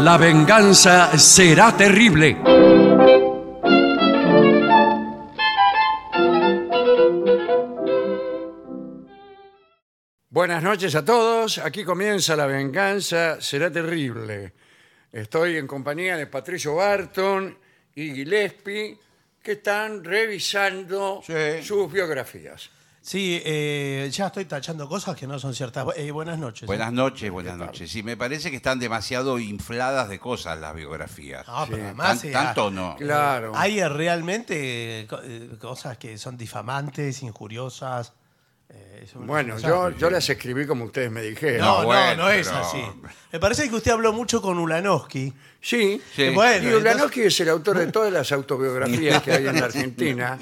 La venganza será terrible. Buenas noches a todos. Aquí comienza La venganza será terrible. Estoy en compañía de Patricio Barton y Gillespie que están revisando Sí. sus biografías. Sí, eh, ya estoy tachando cosas que no son ciertas. Bu- eh, buenas noches. Buenas noches, buenas noches. Sí, me parece que están demasiado infladas de cosas las biografías. No, pero Sí, además, tan- eh, tanto ah, no. Claro. Hay eh, realmente eh, co- eh, cosas que son difamantes, injuriosas. eh, es una Bueno, cosa- yo, yo las escribí como ustedes me dijeron. No, no, bueno, no es pero- así. Me parece que usted habló mucho con Ulanowski. Sí. Sí. Eh, Y Bueno, Ulanovsky es el autor de todas las autobiografías que hay en la Argentina.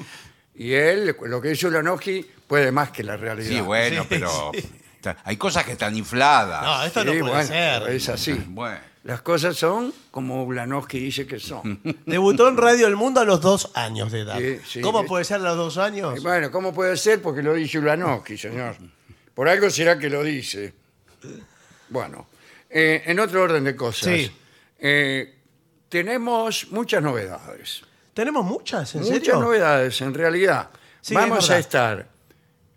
Y él, lo que dice Ulanovsky, puede más que la realidad. Sí, bueno, Sí, pero sí. ta- hay cosas que están infladas. entonces- no, esto Sí, no puede bueno, pero ser. Es así. Bueno. Las cosas son como Ulanovsky dice que son. Debutó en Radio El Mundo a los dos años de edad. Sí, sí. ¿Cómo puede ser a los dos años? Y bueno, ¿cómo puede ser? Porque lo dice Ulanovsky, señor. Por algo será que lo dice. Bueno, eh, en otro orden de cosas. Sí. eh, tenemos muchas novedades. Tenemos muchas, ¿en Muchas serio? novedades, en realidad. Sí, Vamos es a verdad. estar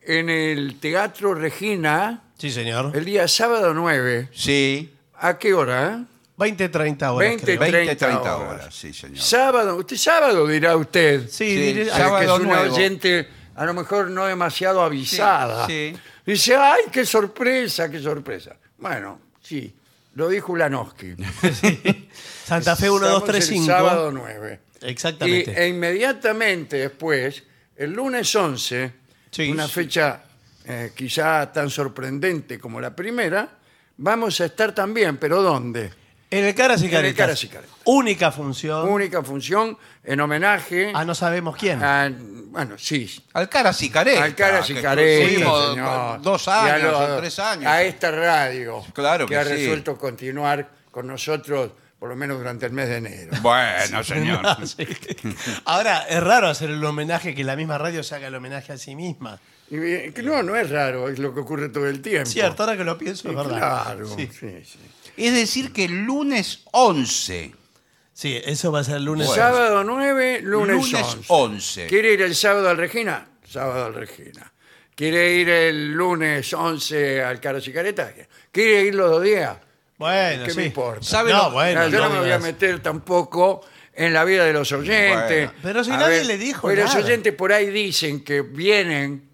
en el Teatro Regina Sí, señor. el día sábado 9. Sí, ¿A qué hora? eh? 20, 30 horas. 20, creo. 20, 30 30 horas. horas. Sí, señor. Sábado, usted sábado dirá usted. Sí, Sí, diré- Porque sábado es una nuevo. oyente a lo mejor no demasiado avisada. Sí, sí. Dice, ay, qué sorpresa, qué sorpresa. Bueno, sí, lo dijo Ulanowski. Santa Fe 1, 2, 3, 5. Sábado 9. Exactamente. Y- e inmediatamente después, el lunes 11, Sí, una sí. fecha eh, quizá tan sorprendente como la primera, vamos a estar también, pero ¿dónde? En el Caras y En el Caretas. Caras y Caretas. Única función Única función en homenaje Ah, a no sabemos quién. a- bueno, sí, Al cara y careta. al Caras y que Caretas, estuvimos señor. Dos Y a años, lo- o tres años. A este- esta radio Claro que, que ha sí. resuelto continuar con nosotros por lo menos durante el mes de enero. Bueno, señor. Sí. Ahora, es raro hacer el homenaje que la misma radio se haga el homenaje a sí misma. Y, eh, que no, no es raro, es lo que ocurre todo el tiempo. Cierto, ahora que lo pienso, es verdad. Claro, Sí. sí, sí. Es decir, que el lunes 11. Sí, eso va a ser el lunes. Bueno. Sábado 9, lunes, Lunes 11. 11. ¿Quiere ir el sábado al Regina? Sábado al Regina. ¿Quiere ir el lunes 11 al Caras y Caretas? ¿Quiere ir los dos días? Bueno, ¿Qué sí. me importa? ¿Sabe No, lo- bueno, Claro, yo no me voy a digas. meter tampoco en la vida de los oyentes. Bueno. Pero si A nadie le dijo porque Los nada. oyentes por ahí dicen que vienen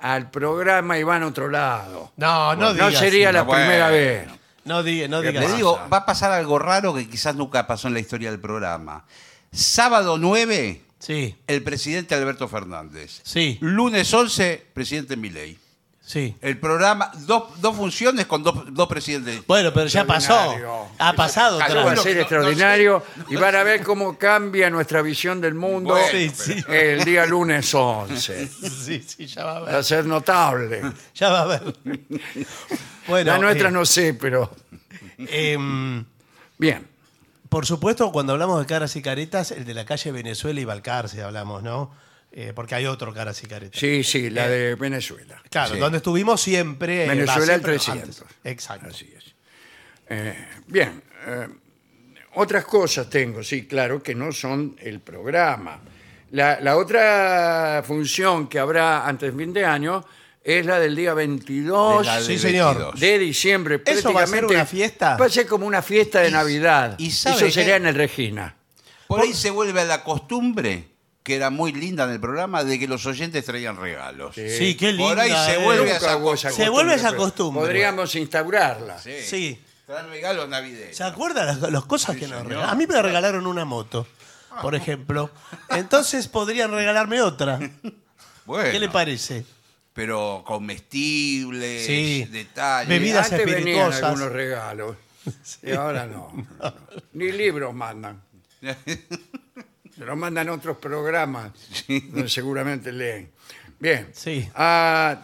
al programa y van a otro lado. No, no no digas. sería la Bueno. primera vez. No diga- no Le digas. Le pasa? digo, va a pasar algo raro que quizás nunca pasó en la historia del programa. Sábado 9, Sí, el presidente Alberto Fernández. sí, Lunes 11, presidente Milei. sí. El programa, dos, dos funciones con dos, dos presidentes. Bueno, pero ya pasó. Extraordinario. Ha pasado. Caló, otra va a vez. no, ser no extraordinario y van a ver cómo cambia nuestra visión del mundo Bueno, Sí, sí. el día lunes 11. Sí, sí, ya va a Va ver. a ser notable. Ya va a ver. Bueno, La nuestra eh, no sé, pero em, bien. Por supuesto, cuando hablamos de caras y caretas, el de la calle Venezuela y Balcarce hablamos, ¿no? Eh, porque hay otro caras y caretas. Sí, sí, eh. la de Venezuela. Claro, Sí. donde estuvimos siempre. eh, Venezuela va, el siempre, no, 300. antes. Exacto. Así es. Eh, bien. eh, otras cosas tengo, sí, claro, que no son el programa. La, la otra función que habrá antes de fin de año es la del día 22 De la de sí, señor. 22. de diciembre. ¿Eso va a ser prácticamente. una fiesta? Va a ser como una fiesta de Navidad. y sabe Eso qué? sería en el Regina. Por ahí se vuelve a la costumbre, que era muy linda en el programa, de que los oyentes traían regalos. Sí, qué eh. lindo. Por ahí se vuelve Nunca a esa hubo esa costumbre. Se vuelve esa pero costumbre. Podríamos instaurarla. Sí. Sí. Traen regalos navideños. ¿Se acuerdan las, las cosas que nos señor. regalaron? A mí me regalaron una moto, por ejemplo. Entonces podrían regalarme otra. Bueno, ¿Qué le parece? pero comestibles, Sí. detalles. Bebidas. Antes venían espirituosas. algunos regalos. Y ahora no. Ni libros mandan. Se los mandan otros programas. donde seguramente leen. Bien. Sí. Ah,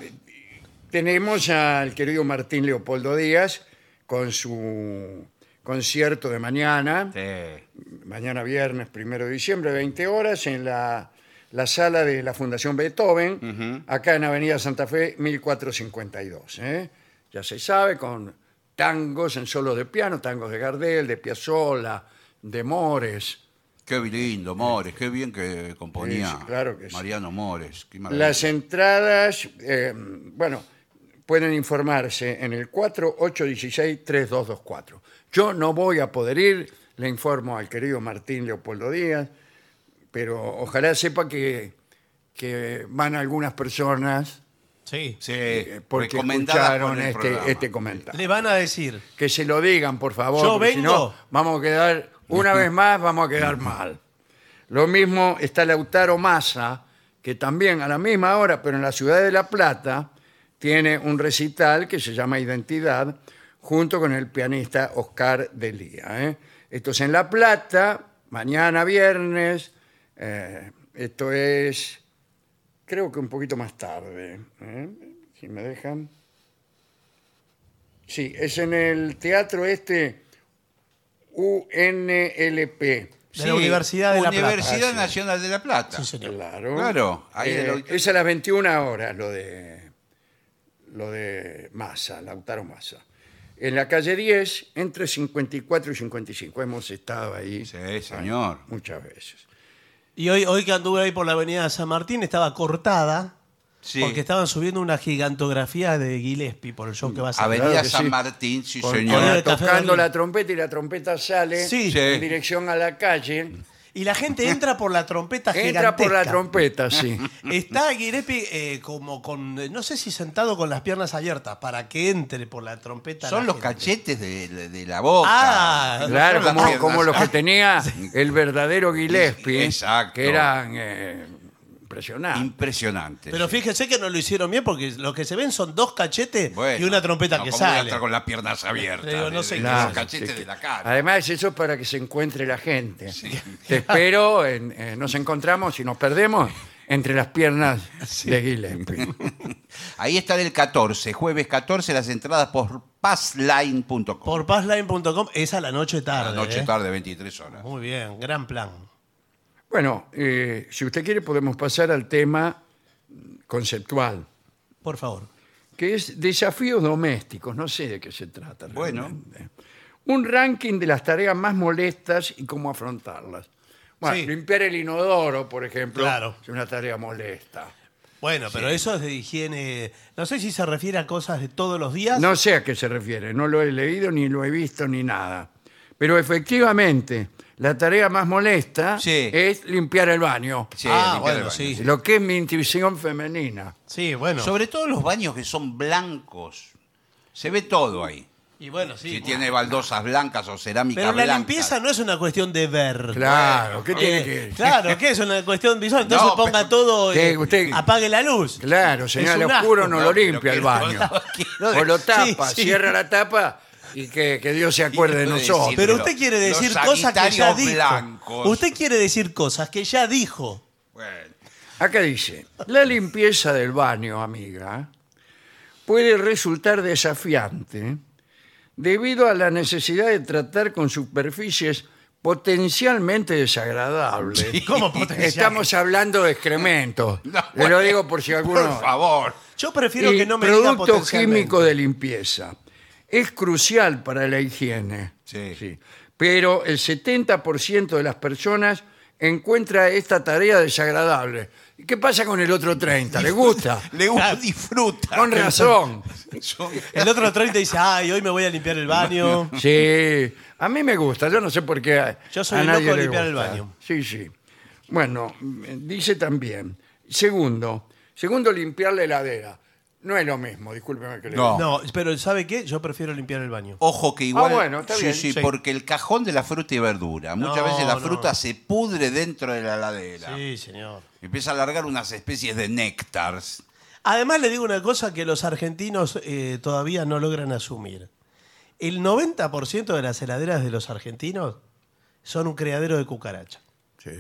tenemos al querido Martín Leopoldo Díaz con su concierto de mañana. Sí. mañana viernes, primero de diciembre, 20 horas, en la, la sala de la Fundación Beethoven, acá en Avenida Santa Fe, 1452. ¿eh? Ya se sabe, con tangos en solos de piano, tangos de Gardel, de Piazzolla, de Mores. Qué lindo, Mores, qué bien que componía Sí, sí, claro que sí. Mariano Mores. qué maravilla. Las entradas, eh, bueno, pueden informarse en el 4816-3224. Yo no voy a poder ir, le informo al querido Martín Leopoldo Díaz, pero ojalá sepa que, que van algunas personas Sí. Sí, eh, porque recomendada por escucharon el este, programa. este comentario. Le van a decir. Que se lo digan, por favor. Yo porque si vengo. no, vamos a quedar, una vez más, vamos a quedar mal. Lo mismo está Lautaro Massa, que también a la misma hora, pero en la ciudad de La Plata, tiene un recital que se llama Identidad, junto con el pianista Oscar Delía. ¿eh? Esto es en La Plata, mañana viernes. eh, esto es, creo que un poquito más tarde. ¿eh? Si me dejan. Sí, es en el teatro este UNLP. De la Universidad de La Plata. Universidad Ah, sí. Nacional de La Plata. Sí, señor. Claro. Claro, ahí Eh, en el auditorio. es a las 21 horas lo de lo de Massa, Lautaro Massa. En la calle 10, entre 54 y 55. Hemos estado ahí ah, Sí, señor. muchas veces. Y hoy, hoy que anduve ahí por la avenida San Martín estaba cortada Sí. porque estaban subiendo una gigantografía de Gillespie por el show que va a hacer. Avenida claro que San sí. Martín, sí, Con- señor. con- Hola, Café tocando Berlín. la trompeta y la trompeta sale Sí. Sí. en dirección a la calle. Y la gente entra por la trompeta Entra por la gigantesca. trompeta, sí. Está Gillespie eh, como con, eh, no sé si sentado con las piernas abiertas para que entre por la trompeta. Son la los gente. cachetes de, de la boca. Ah, No son Claro, las como, piernas. Ah, como los que tenía el verdadero Gillespie, Exacto. que eran eh, impresionantes. Impresionante. Pero sí. fíjense que no lo hicieron bien porque lo que se ven son dos cachetes Bueno, y una trompeta no, que ¿cómo voy a sale. estar con las piernas abiertas. Le digo, no de- sé de qué Los es. cachetes de la cara. Además, eso es para que se encuentre la gente. Te espero, en- eh, nos encontramos y nos perdemos entre las piernas de Gillespie. Ahí está el 14, jueves 14, las entradas por passline.com. Por passline.com es a la noche la tarde. noche eh. tarde, 23 horas. Muy bien, gran plan. Bueno, eh, si usted quiere podemos pasar al tema conceptual, Por favor. que es desafíos domésticos. No sé de qué se trata. Bueno. realmente. Un ranking de las tareas más molestas y cómo afrontarlas. Bueno, Sí. limpiar el inodoro, por ejemplo, Claro. es una tarea molesta. Bueno, pero eso es de higiene. No sé si se refiere a cosas de todos los días. No sé a qué se refiere, no lo he leído ni lo he visto ni nada. Pero efectivamente, la tarea más molesta Sí. es limpiar el baño. Sí, Ah, limpiar el bueno, baño. sí. Lo que es mi intuición femenina. Sí, bueno. Sobre todo los baños que son blancos. Se ve todo ahí. Y bueno, sí. Si tiene baldosas blancas o cerámica Pero la blanca. limpieza no es una cuestión de ver. Claro, ¿qué Eh, tiene que Claro, que es una cuestión visual. Entonces No, ponga pero- todo. Sí, eh, usted- apague la luz. Claro, Es señal un oscuro asco, no, no, lo pero limpia el que- baño. no, o lo tapa, sí, sí. cierra la tapa y que, que Dios se acuerde de puede nosotros. decir- Pero Pero usted quiere los decir cosas que ya sanitarios dijo. blancos. Usted quiere decir cosas que ya dijo. Bueno, Acá dice, la limpieza del baño, amiga, puede resultar desafiante debido a la necesidad de tratar con superficies potencialmente desagradables. ¿Cómo potencial? Estamos hablando de excrementos. No, Le lo bueno. digo por si alguno... Por favor. Yo prefiero Y que no me diga producto potencialmente. químico de limpieza. Es crucial para la higiene. Sí. Pero el 70% de las personas encuentra esta tarea desagradable. ¿Y qué pasa con el otro 30? ¿Le gusta? Le gusta, disfruta. Con razón. Son- El otro 30 dice, ay, hoy me voy a limpiar el baño. Sí, a mí me gusta, yo no sé por qué. a- Yo soy a el loco nadie de le limpiar el gusta. baño. Sí, sí. Bueno, mm, dice también, segundo, segundo limpiar la heladera. No es lo mismo, discúlpeme que le No. No, pero ¿sabe qué? Yo prefiero limpiar el baño. Ojo que igual. Ah, bueno, está sí, bien, sí, sí. porque el cajón de la fruta y verdura. Muchas No, veces la no. fruta se pudre dentro de la heladera. Sí, señor. Empieza a largar unas especies de néctars. Además, le digo una cosa que los argentinos eh, todavía no logran asumir. El 90% de las heladeras de los argentinos son un criadero de cucaracha. Sí.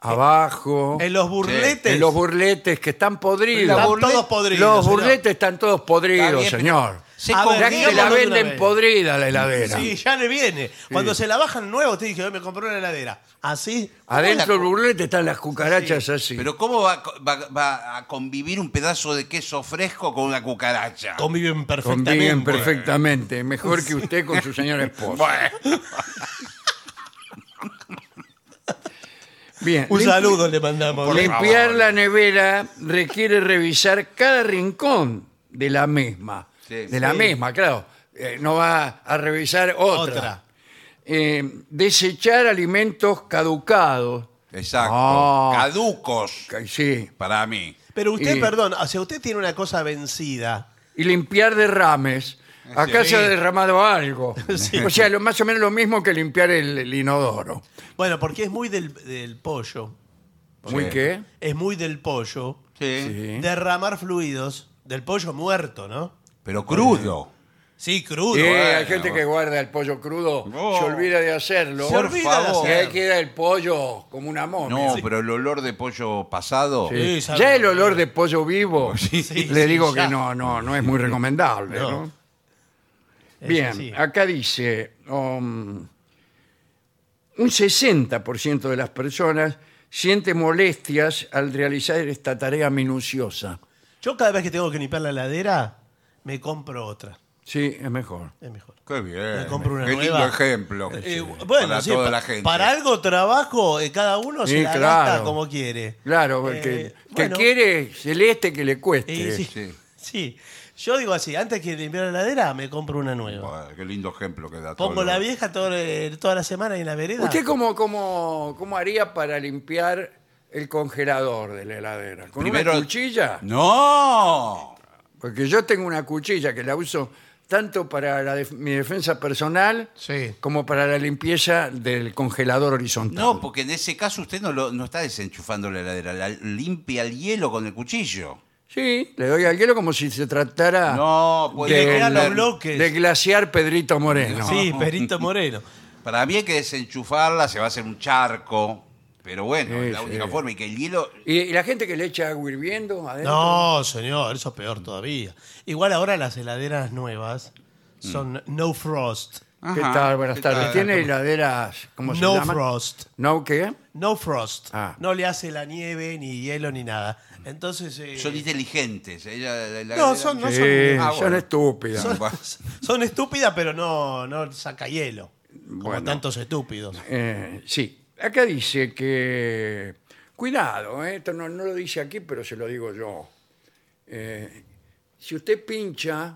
Abajo. Oh. En los burletes. En los burletes que están podridos. Están burle- todos podridos. los señor. burletes están todos podridos, Está bien, señor. Se A ver, Ya que congela. te la digámoslo de una venden vez. podrida la heladera. Sí, ya le viene. Cuando se la bajan nuevo, usted dice, "Hoy me compré una heladera. ¿Así? Adentro del burlete están las cucarachas así. Pero ¿cómo va, a co- va- va a convivir un pedazo de queso fresco con una cucaracha? Conviven perfectamente. Conviven perfectamente. Mejor que usted con su señora esposa. Bueno, Bien. Un lim- saludo le mandamos. Por favor. Limpiar la nevera requiere revisar cada rincón de la misma. Sí. de la Sí. misma, claro. Eh, no va a revisar otra. Otra. Eh, desechar alimentos caducados. exacto. Ah. Caducos Ca- Sí. para mí. Pero usted, Y- perdón, o sea, usted tiene una cosa vencida. y limpiar derrames. Acá Sí. se ha derramado algo. Sí. O sea, lo, más o menos lo mismo que limpiar el, el inodoro. Bueno, porque es muy del, del pollo. ¿Muy Sí. qué? Es muy del pollo. Sí. Sí. Derramar fluidos del pollo muerto, ¿no? Pero crudo. Sí, crudo. ¿eh? Sí, bueno, Eh, hay gente que guarda el pollo crudo, Oh. se olvida de hacerlo. Se Por olvida de favor. Y ahí hacer. queda el pollo como una momia. No, pero el olor de pollo pasado. Sí. Sí, sabe. ya el olor de pollo vivo, sí, le sí, digo ya. que no, no, no es muy recomendable. No. ¿no? Es Bien, así. acá dice, um, un 60% de las personas siente molestias al realizar esta tarea minuciosa. Yo cada vez que tengo que limpiar la heladera, me compro otra. Sí, es mejor. Es mejor. Qué bien. Me compro una Qué lindo nueva. ejemplo. Eh, bueno, para sí, toda pa- la gente. Para algo trabajo, eh, cada uno Sí, se la claro. gasta como quiere. Claro, Eh, porque el que bueno, quiere celeste que le cueste. eh, sí, sí. sí. Yo digo así, antes que limpiar la heladera, me compro una nueva. Bueno, Qué lindo ejemplo que da todo Pongo lo- la vieja todo, el- toda la semana en la vereda. ¿Usted cómo, cómo, cómo haría para limpiar el congelador de la heladera? ¿Con una cuchilla? No. Porque yo tengo una cuchilla que la uso tanto para la def- mi defensa personal Sí. como para la limpieza del congelador horizontal. No, porque en ese caso usted no, lo- no está desenchufando la heladera, la limpia el hielo con el cuchillo. Sí, le doy al hielo como si se tratara No, Y le puede quedan los ser. bloques. de glaciar Pedrito Moreno. Sí, Perito Moreno. Para mí hay que desenchufarla, se va a hacer un charco. Pero bueno, Sí, es la sí. única forma. Y que el hielo. ¿Y, y la gente que le echa agua hirviendo adentro? No, señor, eso es peor todavía. Igual ahora las heladeras nuevas Mm. son no frost. ¿Qué Ajá, tal? Buenas ¿qué tardes. tal? ¿Tiene heladeras? ¿Cómo se No llama? frost. ¿No qué? No frost. Ah. No le hace la nieve, ni hielo, ni nada. Entonces. eh, Son inteligentes. ella- la- la No, heladera- son- no Sí, son- Ah, son bueno. estúpidas. son, Bueno. son estúpidas, pero no, no saca hielo. Como Bueno. tantos estúpidos. Eh, sí, acá dice que... Cuidado, eh, esto no, no lo dice aquí, pero se lo digo yo. Eh, si usted pincha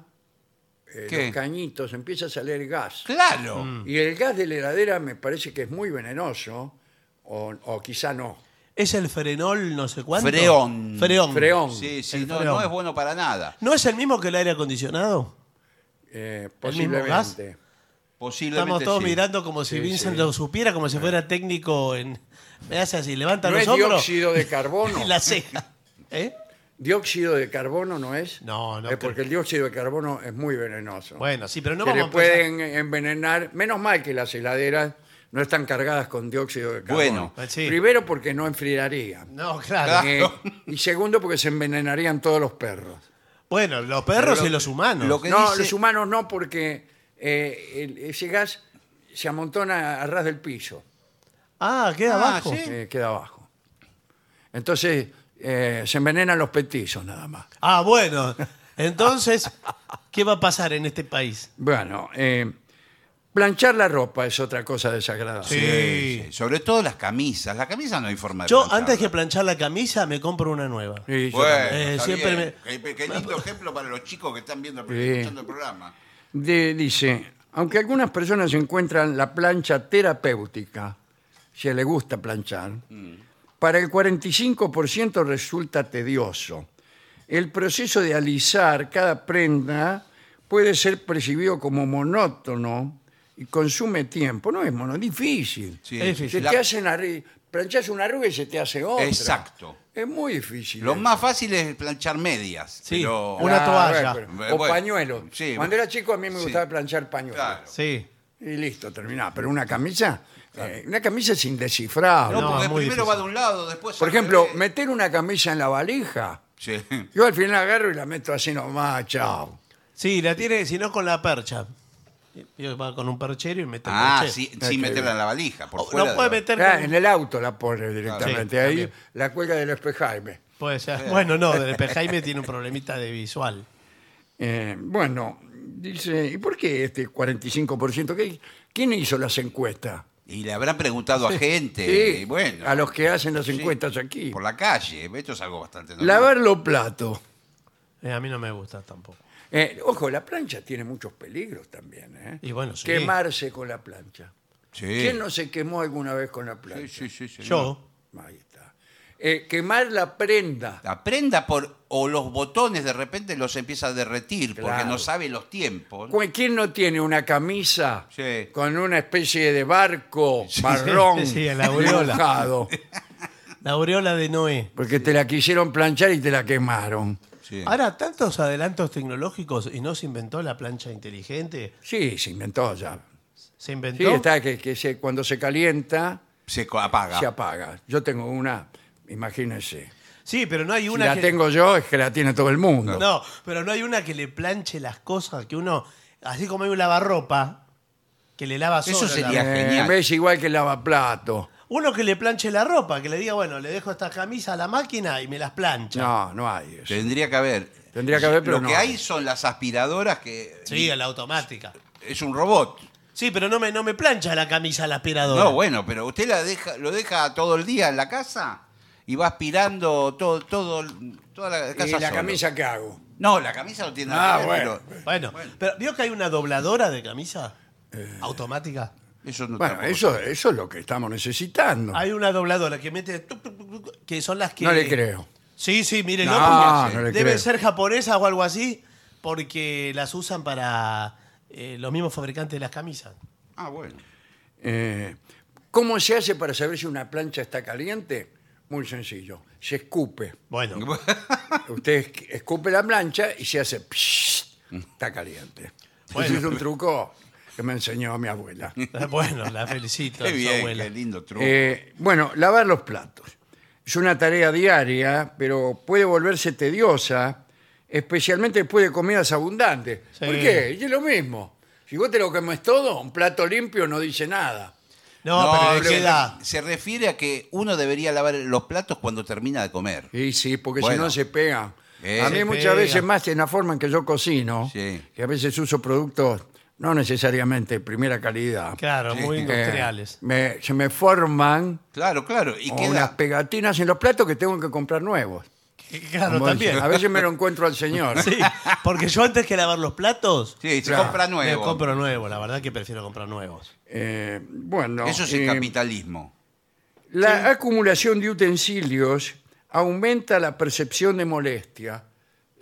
eh, ¿Qué? los cañitos, empieza a salir gas. Claro. Mm. Y el gas de la heladera me parece que es muy venenoso, o, o quizá no. ¿Es el frenol no sé cuánto? Freón. Freón. Freón. Sí, sí, El no, freón. no es bueno para nada. ¿No es el mismo que el aire acondicionado? eh, ¿El mismo gas? posiblemente. Posiblemente. Estamos todos sí. mirando como si Sí, Vincent sí. Eh. lo supiera, como si fuera técnico en... Me hace así, levanta No los es hombros dióxido de carbono. y la ceja. ¿Eh? ¿Dióxido de carbono no es? No, no Es creo. porque el dióxido de carbono es muy venenoso. Bueno, sí, pero no que vamos le a empezar. pueden envenenar. Menos mal que las heladeras no están cargadas con dióxido de carbono. Bueno. Eh, sí. Primero porque no enfriarían. No, claro. Claro. Eh, y segundo porque se envenenarían todos los perros. Bueno, los perros Pero lo- y los humanos. lo que- No, dice- los humanos no porque eh, el- ese gas se amontona a ras del piso, Ah, queda Ah, abajo. sí. eh, queda abajo. Entonces eh, se envenenan los petizos nada más. Ah, bueno. Entonces, ¿qué va a pasar en este país? Bueno, eh, planchar la ropa es otra cosa desagradable. Sí, Sí. sí, Sobre todo las camisas. Las camisas no hay forma de. Yo, plancharlas. antes que planchar la camisa, me compro una nueva. Sí, yo Bueno, también. Eh, está siempre bien. Qué, qué lindo ejemplo para los chicos que están viendo, escuchando el programa. De- dice, aunque algunas personas encuentran la plancha terapéutica, si le gusta planchar, Mm. para el 45% resulta tedioso. El proceso de alisar cada prenda puede ser percibido como monótono y consume tiempo. No es monótono, es difícil. Sí, Es sí, Se sí. te La- hacen arri- planchás una arruga y se te hace otra. Exacto. Es muy difícil. Lo eso. Ah, más fácil es planchar medias. Sí. pero- Una- toalla. bueno, Eh, Bueno, o pañuelo. sí. Cuando era chico a mí me Sí. gustaba planchar pañuelos. Claro. Sí. Y listo, terminaba. Pero una camisa, eh, una camisa es indescifrable. No, eh, No, porque es muy primero difícil. va de un lado, después. Por al ejemplo, revés. meter una camisa en la valija, Sí. yo al final la agarro y la meto así nomás, chao. Sí, la tiene, si no, con la percha. Yo va con un perchero y mete el Ah, perchero. sí, Ah, sin qué meterla bien. en la valija. Por O- fuera Oh, no de puede la- meter. Ah, con- en el auto la pone directamente. Sí, Ahí también. la cuelga del espejaime. puede ser. Bueno, no, del Jaime tiene un problemita de visual. Eh, bueno, dice, ¿y por qué este 45%? ¿Qué- ¿Quién hizo las encuestas? Y le habrán preguntado a gente. Sí, y bueno, a los que hacen las sí, encuestas aquí. Por la calle. Esto es algo bastante normal. Lavar los platos. Eh, a mí no me gusta tampoco. Eh, ojo, la plancha tiene muchos peligros también. ¿eh? Y bueno, sí. Quemarse con la plancha. Sí. ¿Quién no se quemó alguna vez con la Sí, plancha? sí, sí, señor. Yo, Ahí está. Eh, quemar la prenda. La prenda por, o los botones de repente los empieza a derretir porque Claro. no sabe los tiempos. Cu- ¿Quién no tiene una camisa Sí. con una especie de barco marrón sí, en la aureola. dibujado? la aureola de Noé. Porque te la quisieron planchar y te la quemaron. Sí. Ahora, tantos adelantos tecnológicos y no se inventó la plancha inteligente. Sí, se inventó ya. Se Sí, inventó. está que, que se- cuando se calienta se co- Ah. apaga. se apaga. Yo tengo una, imagínense. Sí, pero no hay Si una la que. tengo yo es que la tiene todo el mundo. No, pero no hay una que le planche las cosas que uno. Así como hay un lavarropa que le lava Eso solo. la sería ropa. Eh, genial. ves igual que el lavaplato. Uno que le planche la ropa, que le diga, bueno, le dejo estas camisas a la máquina y me las plancha. No, no hay eso. Tendría que haber. Tendría que haber, pero Lo no que hay son las aspiradoras que Sí, a la automática. es un robot. Sí, pero no me, no me plancha la camisa la aspiradora. No, bueno, pero usted la deja, lo deja todo el día en la casa y va aspirando todo, todo, toda la casa. ¿Y la solo. camisa qué hago? No, la camisa no tiene nada Ah, que ver, bueno. pero Bueno, pero ¿vio que hay una dobladora de camisa automática? eso no Bueno, tampoco- eso, eso es lo que estamos necesitando. Hay una dobladora que mete... tuc, tuc, tuc, tuc, que son las que... No le creo. Sí, sí, mírenlo. No, porque no le Deben creo. ser japonesas o algo así porque las usan para eh, los mismos fabricantes de las camisas. Ah, bueno. Eh, ¿Cómo se hace para saber si una plancha está caliente? Muy sencillo. Se escupe. Bueno, Usted esc- escupe la plancha y se hace... psh, está caliente. Bueno. Ese es un truco que me enseñó mi abuela. bueno, la felicito, Qué su bien, abuela. qué lindo truco. Eh, bueno, lavar los platos. Es una tarea diaria, pero puede volverse tediosa, especialmente después de comidas abundantes. Sí. ¿Por qué? Y es lo mismo. Si vos te lo comes todo, un plato limpio no dice nada. No, pero le se- queda... Se refiere a que uno debería lavar los platos cuando termina de comer. Y sí, porque si Bueno. no se pegan. Eh. a mí Se muchas pega. veces más en la forma en que yo cocino, Sí. que a veces uso productos no necesariamente de primera calidad. Claro, muy Eh, Sí. industriales. me- se me forman Claro, claro. Y unas queda. pegatinas en los platos que tengo que comprar nuevos. Claro, Como también. dice, A veces me lo encuentro al señor. Sí, porque yo antes que lavar los platos, Sí, se Claro. compra me nuevo. compro nuevo. La verdad que prefiero comprar nuevos. Eh, bueno, Eso es el eh, capitalismo. la acumulación de utensilios aumenta la percepción de molestia.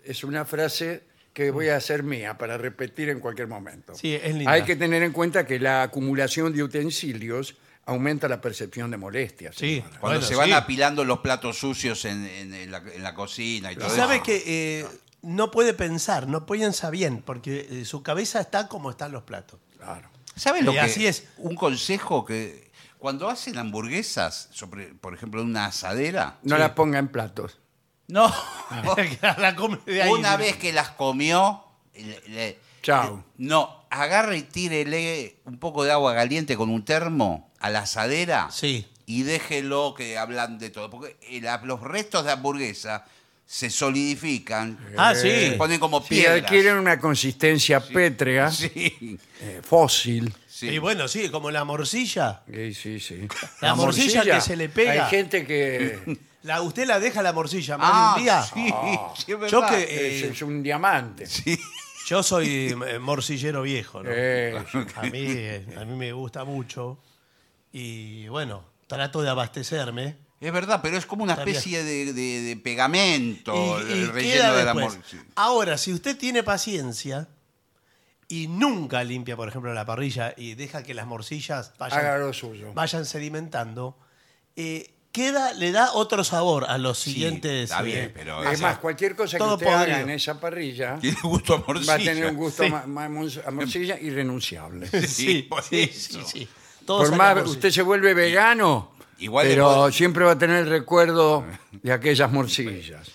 Es una frase que voy a hacer mía para repetir en cualquier momento. Sí, es linda. Hay que tener en cuenta que la acumulación de utensilios aumenta la percepción de molestia. Sí. señora. Cuando Bueno, se van sí. apilando los platos sucios en, en- en la, en la cocina y todo Y eso. sabe que eh, no puede pensar, no piensa bien, porque eh, su cabeza está como están los platos. Claro. ¿Sabe lo Y que así es. Un consejo que cuando hacen hamburguesas, sobre, por ejemplo, en una asadera, No las ponga en platos. no. La come de ahí. una vez que las comió, le- le- Chau. no, agarra y tírele un poco de agua caliente con un termo a la asadera Sí. y déjelo que hablan de todo, porque el- los restos de hamburguesa se solidifican, Ah, se sí. ponen como Si piedras. adquieren una consistencia pétrea, Sí, eh, fósil. sí. Y bueno, sí, como la morcilla. Sí, sí, sí. La morcilla que se le pega. Hay gente que La, usted la deja la morcilla más Ah, un día. sí, sí, es Yo verdad. que- es, Eh. es un diamante. Yo soy eh, morcillero viejo, ¿no? Eh, A mí, eh, a mí me gusta mucho. Y bueno, trato de abastecerme. Es verdad, pero es como una Está bien. especie de, de- de pegamento, Y- y el queda relleno del después. amor. Sí. Ahora, si usted tiene paciencia y nunca limpia, por ejemplo, la parrilla y deja que las morcillas haga vayan, lo suyo. vayan sedimentando, eh, queda, le da otro sabor a los Sí, siguientes. está eh, bien, pero Es más, cualquier cosa que todo usted podrido. haga en esa parrilla tiene gusto a va morcilla. a tener un gusto Sí. ma- ma- mon- a morcilla irrenunciable. sí, por sí, eso. sí, sí. Todo Por saca más morcilla. usted se vuelve vegano, Igual le pero puedo- siempre va a tener el recuerdo de aquellas morcillas.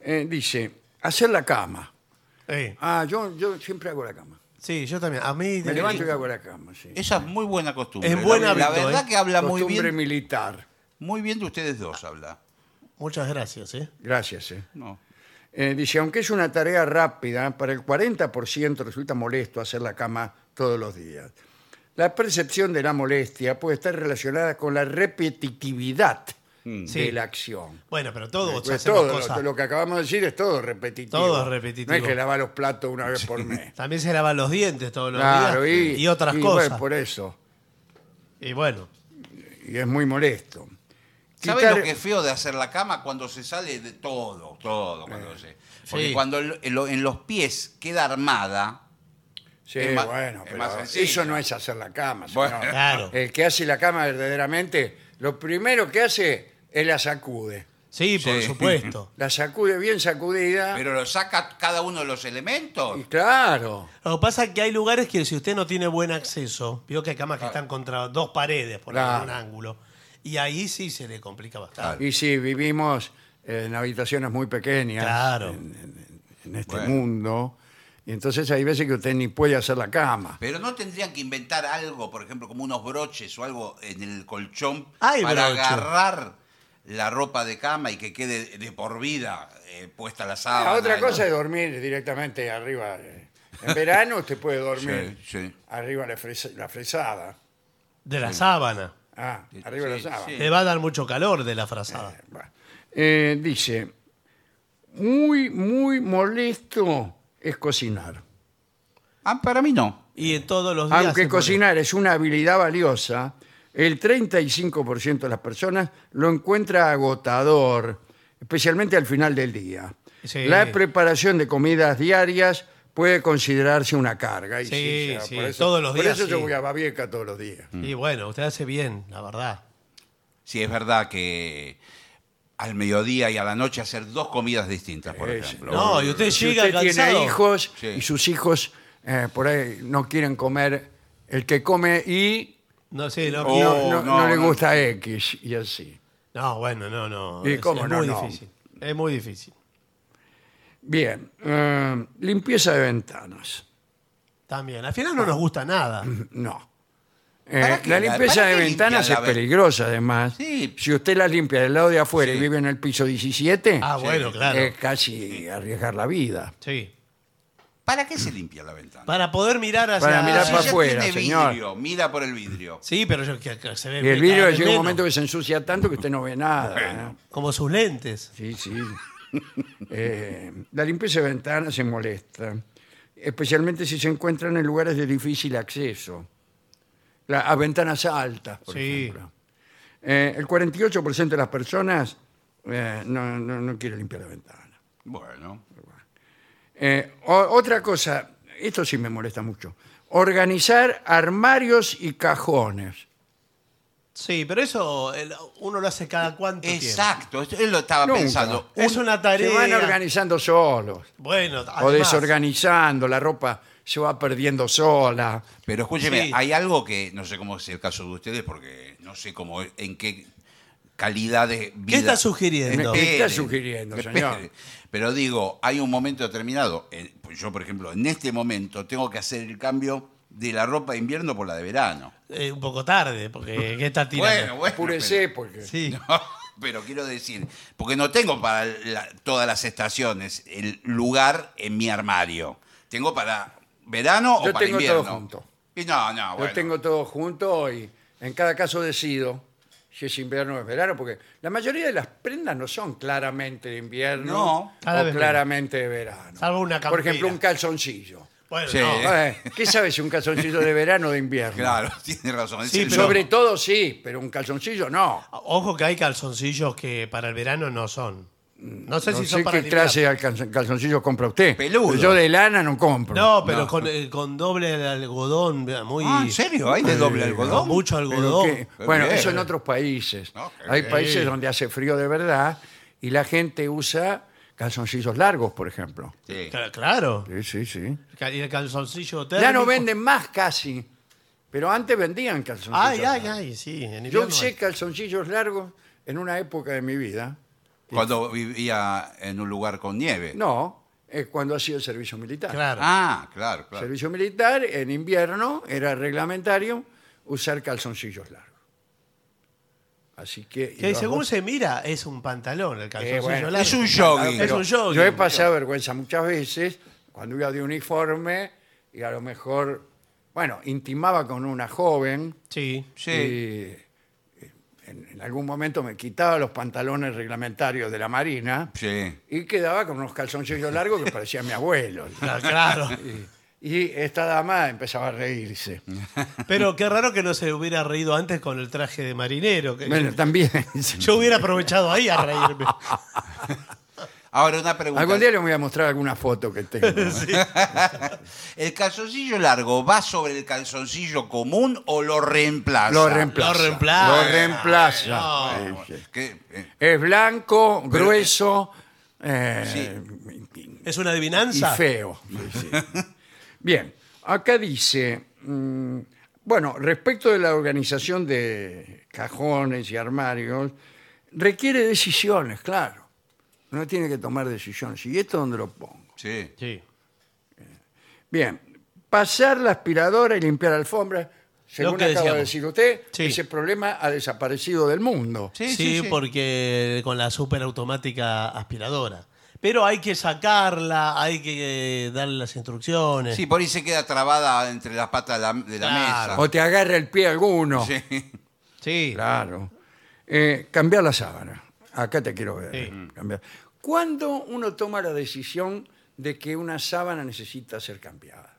Eh, dice, hacer la cama. Eh, Ah, yo, yo siempre hago la cama. sí, yo también. A mí. Me levanto y hago la cama, sí. Esa es muy buena costumbre. Es buen la, la hábito, verdad ¿eh? que habla muy Costumbre bien, militar. muy bien de ustedes dos, habla. Muchas gracias, ¿eh? Gracias. eh. No. Eh, dice, aunque es una tarea rápida, para el 40% resulta molesto hacer la cama todos los días. La percepción de la molestia puede estar relacionada con la repetitividad Mm. Sí. de la acción. Bueno, pero todos Pues hacemos todo, cosas. lo, lo que acabamos de decir es todo repetitivo. Todo es repetitivo. No es que lavar los platos una vez por mes. También se lavan los dientes todos los Claro, días. y, Y, otras y cosas. bueno, por eso. Y bueno, Y es muy molesto. ¿Saben Quitar- lo que es feo de hacer la cama? Cuando se sale de todo, todo. Eh, Cuando se, porque Sí. cuando el- en lo- en los pies queda armada, Sí, es más- bueno, es pero más sencillo. eso no es hacer la cama, señor. Bueno. Claro. El que hace la cama verdaderamente, lo primero que hace es la sacude. sí, por Sí. supuesto. La sacude bien sacudida. pero lo saca cada uno de los elementos. Y claro. Lo que pasa es que hay lugares que si usted no tiene buen acceso, vio que hay camas que están contra dos paredes, por Claro. ejemplo, un ángulo, y ahí sí se le complica bastante. Y si vivimos en habitaciones muy pequeñas Claro. en, en- en este Bueno. mundo, y entonces hay veces que usted ni puede hacer la cama. Pero no tendrían que inventar algo, por ejemplo, como unos broches o algo en el colchón Hay para broche. agarrar la ropa de cama y que quede de por vida eh, puesta la sábana. La otra ¿no? cosa es dormir directamente arriba. eh. En verano usted puede dormir Sí, sí. arriba la, fresa- la fresada. De la sábana. Ah, arriba la sí, sábana. sí. Le va a dar mucho calor de la frazada. Va. Eh, dice, muy, muy molesto es cocinar. Ah, para mí no. Y en todos los días. se eh. Ah, Aunque pone- cocinar es una habilidad valiosa, el 35% de las personas lo encuentra agotador, especialmente al final del día. Sí. La preparación de comidas diarias puede considerarse una carga. Y Sí, ya, sí, por eso- todos los Por días, eso yo sí. voy a Babieca todos los días. Y bueno, usted hace bien, la verdad. Sí, es verdad que al mediodía y a la noche hacer dos comidas distintas, por Eh, ejemplo. No, y usted Si llega usted tiene cansado. hijos Sí. y sus hijos eh, por ahí no quieren comer el que come y No sé, no, Oh. no, no, no- no, no le no. gusta X y así. no, bueno, no, no. ¿Y es cómo es no, muy no? difícil. Es muy difícil. Bien, eh, limpieza de ventanas. También. Al final no nos gusta nada. No. ¿Para Eh, qué la la- limpieza para de qué ventanas es limpian la ven- peligrosa, además. Sí. Si usted la limpia del lado de afuera y Sí. vive en el piso 17, Ah, bueno, claro. es casi arriesgar la vida. Sí. ¿Para qué se limpia la ventana? Para poder mirar hacia Para mirar Si para ya afuera, tiene señor. vidrio, mira por el vidrio. Sí, pero yo que, que se ve. Y el vidrio claramente llega un menos, momento que se ensucia tanto que usted no ve nada. ¿no? Como sus lentes. Sí, sí. Eh, la limpieza de ventanas se molesta, especialmente si se encuentran en lugares de difícil acceso, La- a ventanas altas, por Sí. ejemplo. Eh, el 48% de las personas eh, no, no- no quiere limpiar la ventana. Bueno, Eh, o- otra cosa, esto sí me molesta mucho, organizar armarios y cajones. Sí, pero eso el- uno lo hace cada cuánto tiempo. exacto. esto- Él lo estaba Nunca. pensando. Es una tarea. Se van organizando solos Bueno, o además, desorganizando, la ropa se va perdiendo sola. Pero escúcheme, Sí. hay algo que no sé cómo es el caso de ustedes porque no sé cómo es- en qué calidad de vida. está sugiriendo? Me- me está Espere, sugiriendo, espere. señor. Pero digo, hay un momento determinado. eh, pues Yo, por ejemplo, en este momento tengo que hacer el cambio de la ropa de invierno por la de verano. eh, un poco tarde, porque ¿qué está tirando? Apúrese porque sí. Pero quiero decir, porque no tengo para la- todas las estaciones el lugar en mi armario. Tengo para verano Yo o para tengo todo invierno. junto. Y no, no, bueno. lo tengo todo junto y en cada caso decido si es invierno o es verano, porque la mayoría de las prendas no son claramente de invierno No, cada o vez claramente de verano. Salvo una Por campera. ejemplo, un calzoncillo. Bueno, Sí. no. Eh, ¿Qué sabes si un calzoncillo de verano o de invierno? Claro, tiene razón. es Sí, el pero- lomo. Sobre todo sí, pero un calzoncillo no. Ojo que hay calzoncillos que para el verano no son. No sé No si sé son para qué el clase de calzon- calzoncillo compra usted. Peludo. Yo de lana no compro. No, pero No. Con, eh, con doble algodón, vea, muy. Eh, Ah, ¿en serio? ¿Hay de doble Con algodón? mucho Pero algodón. qué- Bueno, bien. eso en otros países. No, qué Hay bien. países donde hace frío de verdad y la gente usa calzoncillos largos, por ejemplo. Sí. Cla- Claro. Sí, sí, sí. Y el calzoncillo térmico. Ya no venden más casi, pero antes vendían calzoncillos. Ay, ay, largos. ay, sí. en Yo invierno usé hay. calzoncillos largos en una época de mi vida. Cuando vivía en un lugar con nieve. No, eh, cuando hacía el servicio militar. Claro. Ah, claro, claro. Servicio militar, en invierno, era reglamentario usar calzoncillos largos. Así que... Que íbamos- según se mira, es un pantalón el calzoncillo Eh, bueno, largo. es un jogging. Ah, Es un jogging. Yo he pasado vergüenza muchas veces cuando iba de uniforme y a lo mejor, bueno, intimaba con una joven Sí. Sí. y eh, en, en algún momento me quitaba los pantalones reglamentarios de la Marina Sí. y quedaba con unos calzoncillos largos que parecía mi abuelo. Ah, Claro. Y esta dama empezaba a reírse. Pero qué raro que no se hubiera reído antes con el traje de marinero. que- Bueno, también. Yo hubiera aprovechado ahí a reírme. Ahora una pregunta. Algún día le voy a mostrar alguna foto que tengo. ¿El calzoncillo largo va sobre el calzoncillo común o lo reemplaza? Lo reemplaza. Lo reemplaza. Lo reemplaza. No. Sí, sí. ¿Qué? Eh, Es blanco, grueso eh, y- ¿Es una y adivinanza? feo. Sí, sí. Bien, acá dice, mm, bueno, respecto de la organización de cajones y armarios, requiere decisiones, claro. Uno tiene que tomar decisiones. ¿Y esto dónde lo pongo? Sí. Sí. Bien, pasar la aspiradora y limpiar alfombras, según que acaba de decíamos. decir usted, Sí. ese problema ha desaparecido del mundo. Sí, Sí, sí, sí. porque con la superautomática aspiradora. Pero hay que sacarla, hay que eh, darle las instrucciones. Sí, por ahí se queda trabada entre las patas de la, de la Claro. O te agarra el pie alguno. mesa. Sí. Sí. Claro. Eh, cambiar la sábana. Acá te quiero ver. Sí. Cambiar. ¿Cuándo uno toma la decisión de que una sábana necesita ser cambiada?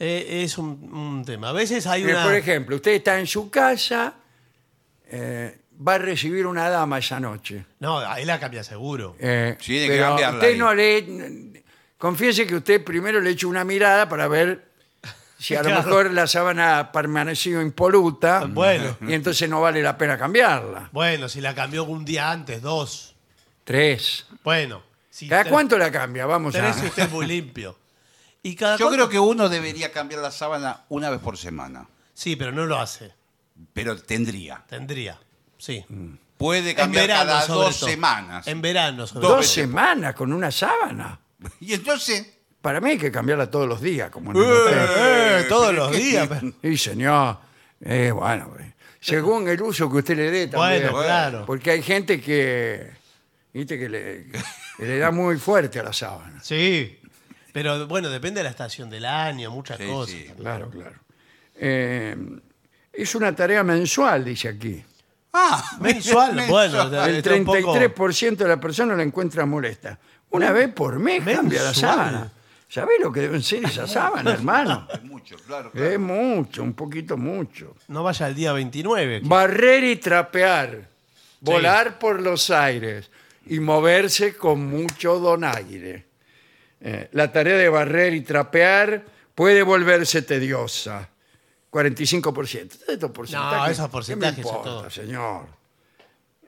Eh, es un, un tema. A veces hay Mire, una. Eh, Por ejemplo, usted está en su casa, eh, va a recibir una dama esa noche. No, ahí la cambia seguro. Eh, Sí, hay que pero cambiarla usted ahí. no le... Confiese que usted primero le echa una mirada para ver si a lo Claro. mejor la sábana ha permanecido impoluta Bueno. y entonces no vale la pena cambiarla. Bueno, si la cambió un día antes, dos. Tres. Bueno. Si ¿Cada te- este cuánto la cambia? Vamos Tres a... si usted es muy limpio. Y cada Yo cuánto- creo que uno debería cambiar la sábana una vez por semana, Sí, pero no lo hace. pero tendría. Tendría. Sí. Mm. Puede En cambiar verano, cada sobre dos todo. semanas. En verano, sobre Dos todo. veces. semanas con una sábana. Y entonces, eh, Para mí hay que cambiarla todos los días, como en el hotel. Eh, todos los días. pero- Sí, señor. Eh, bueno, eh, según el uso que usted le dé también. Bueno, claro. Porque hay gente que, viste, que le, que le da muy fuerte a la sábana. Sí. Pero bueno, depende de la estación del año, muchas Sí, cosas. sí. Claro, claro. Eh, es una tarea mensual, dice aquí. ah, Mensual, bueno, está- El está un poco- 33% de la persona la encuentra molesta. Una vez por mes cambia la Mm. Mensual. sábana. ¿Sabés lo que deben ser esas sábanas, hermano? es mucho, claro. claro. eh. Es mucho, un poquito mucho. No vaya al día 29. que- Barrer y trapear, volar por los aires y moverse con mucho donaire. Eh, la tarea de barrer y trapear puede volverse tediosa. 45%. Estos porcentajes, No, esos ¿qué porcentajes me son importa, todos. señor.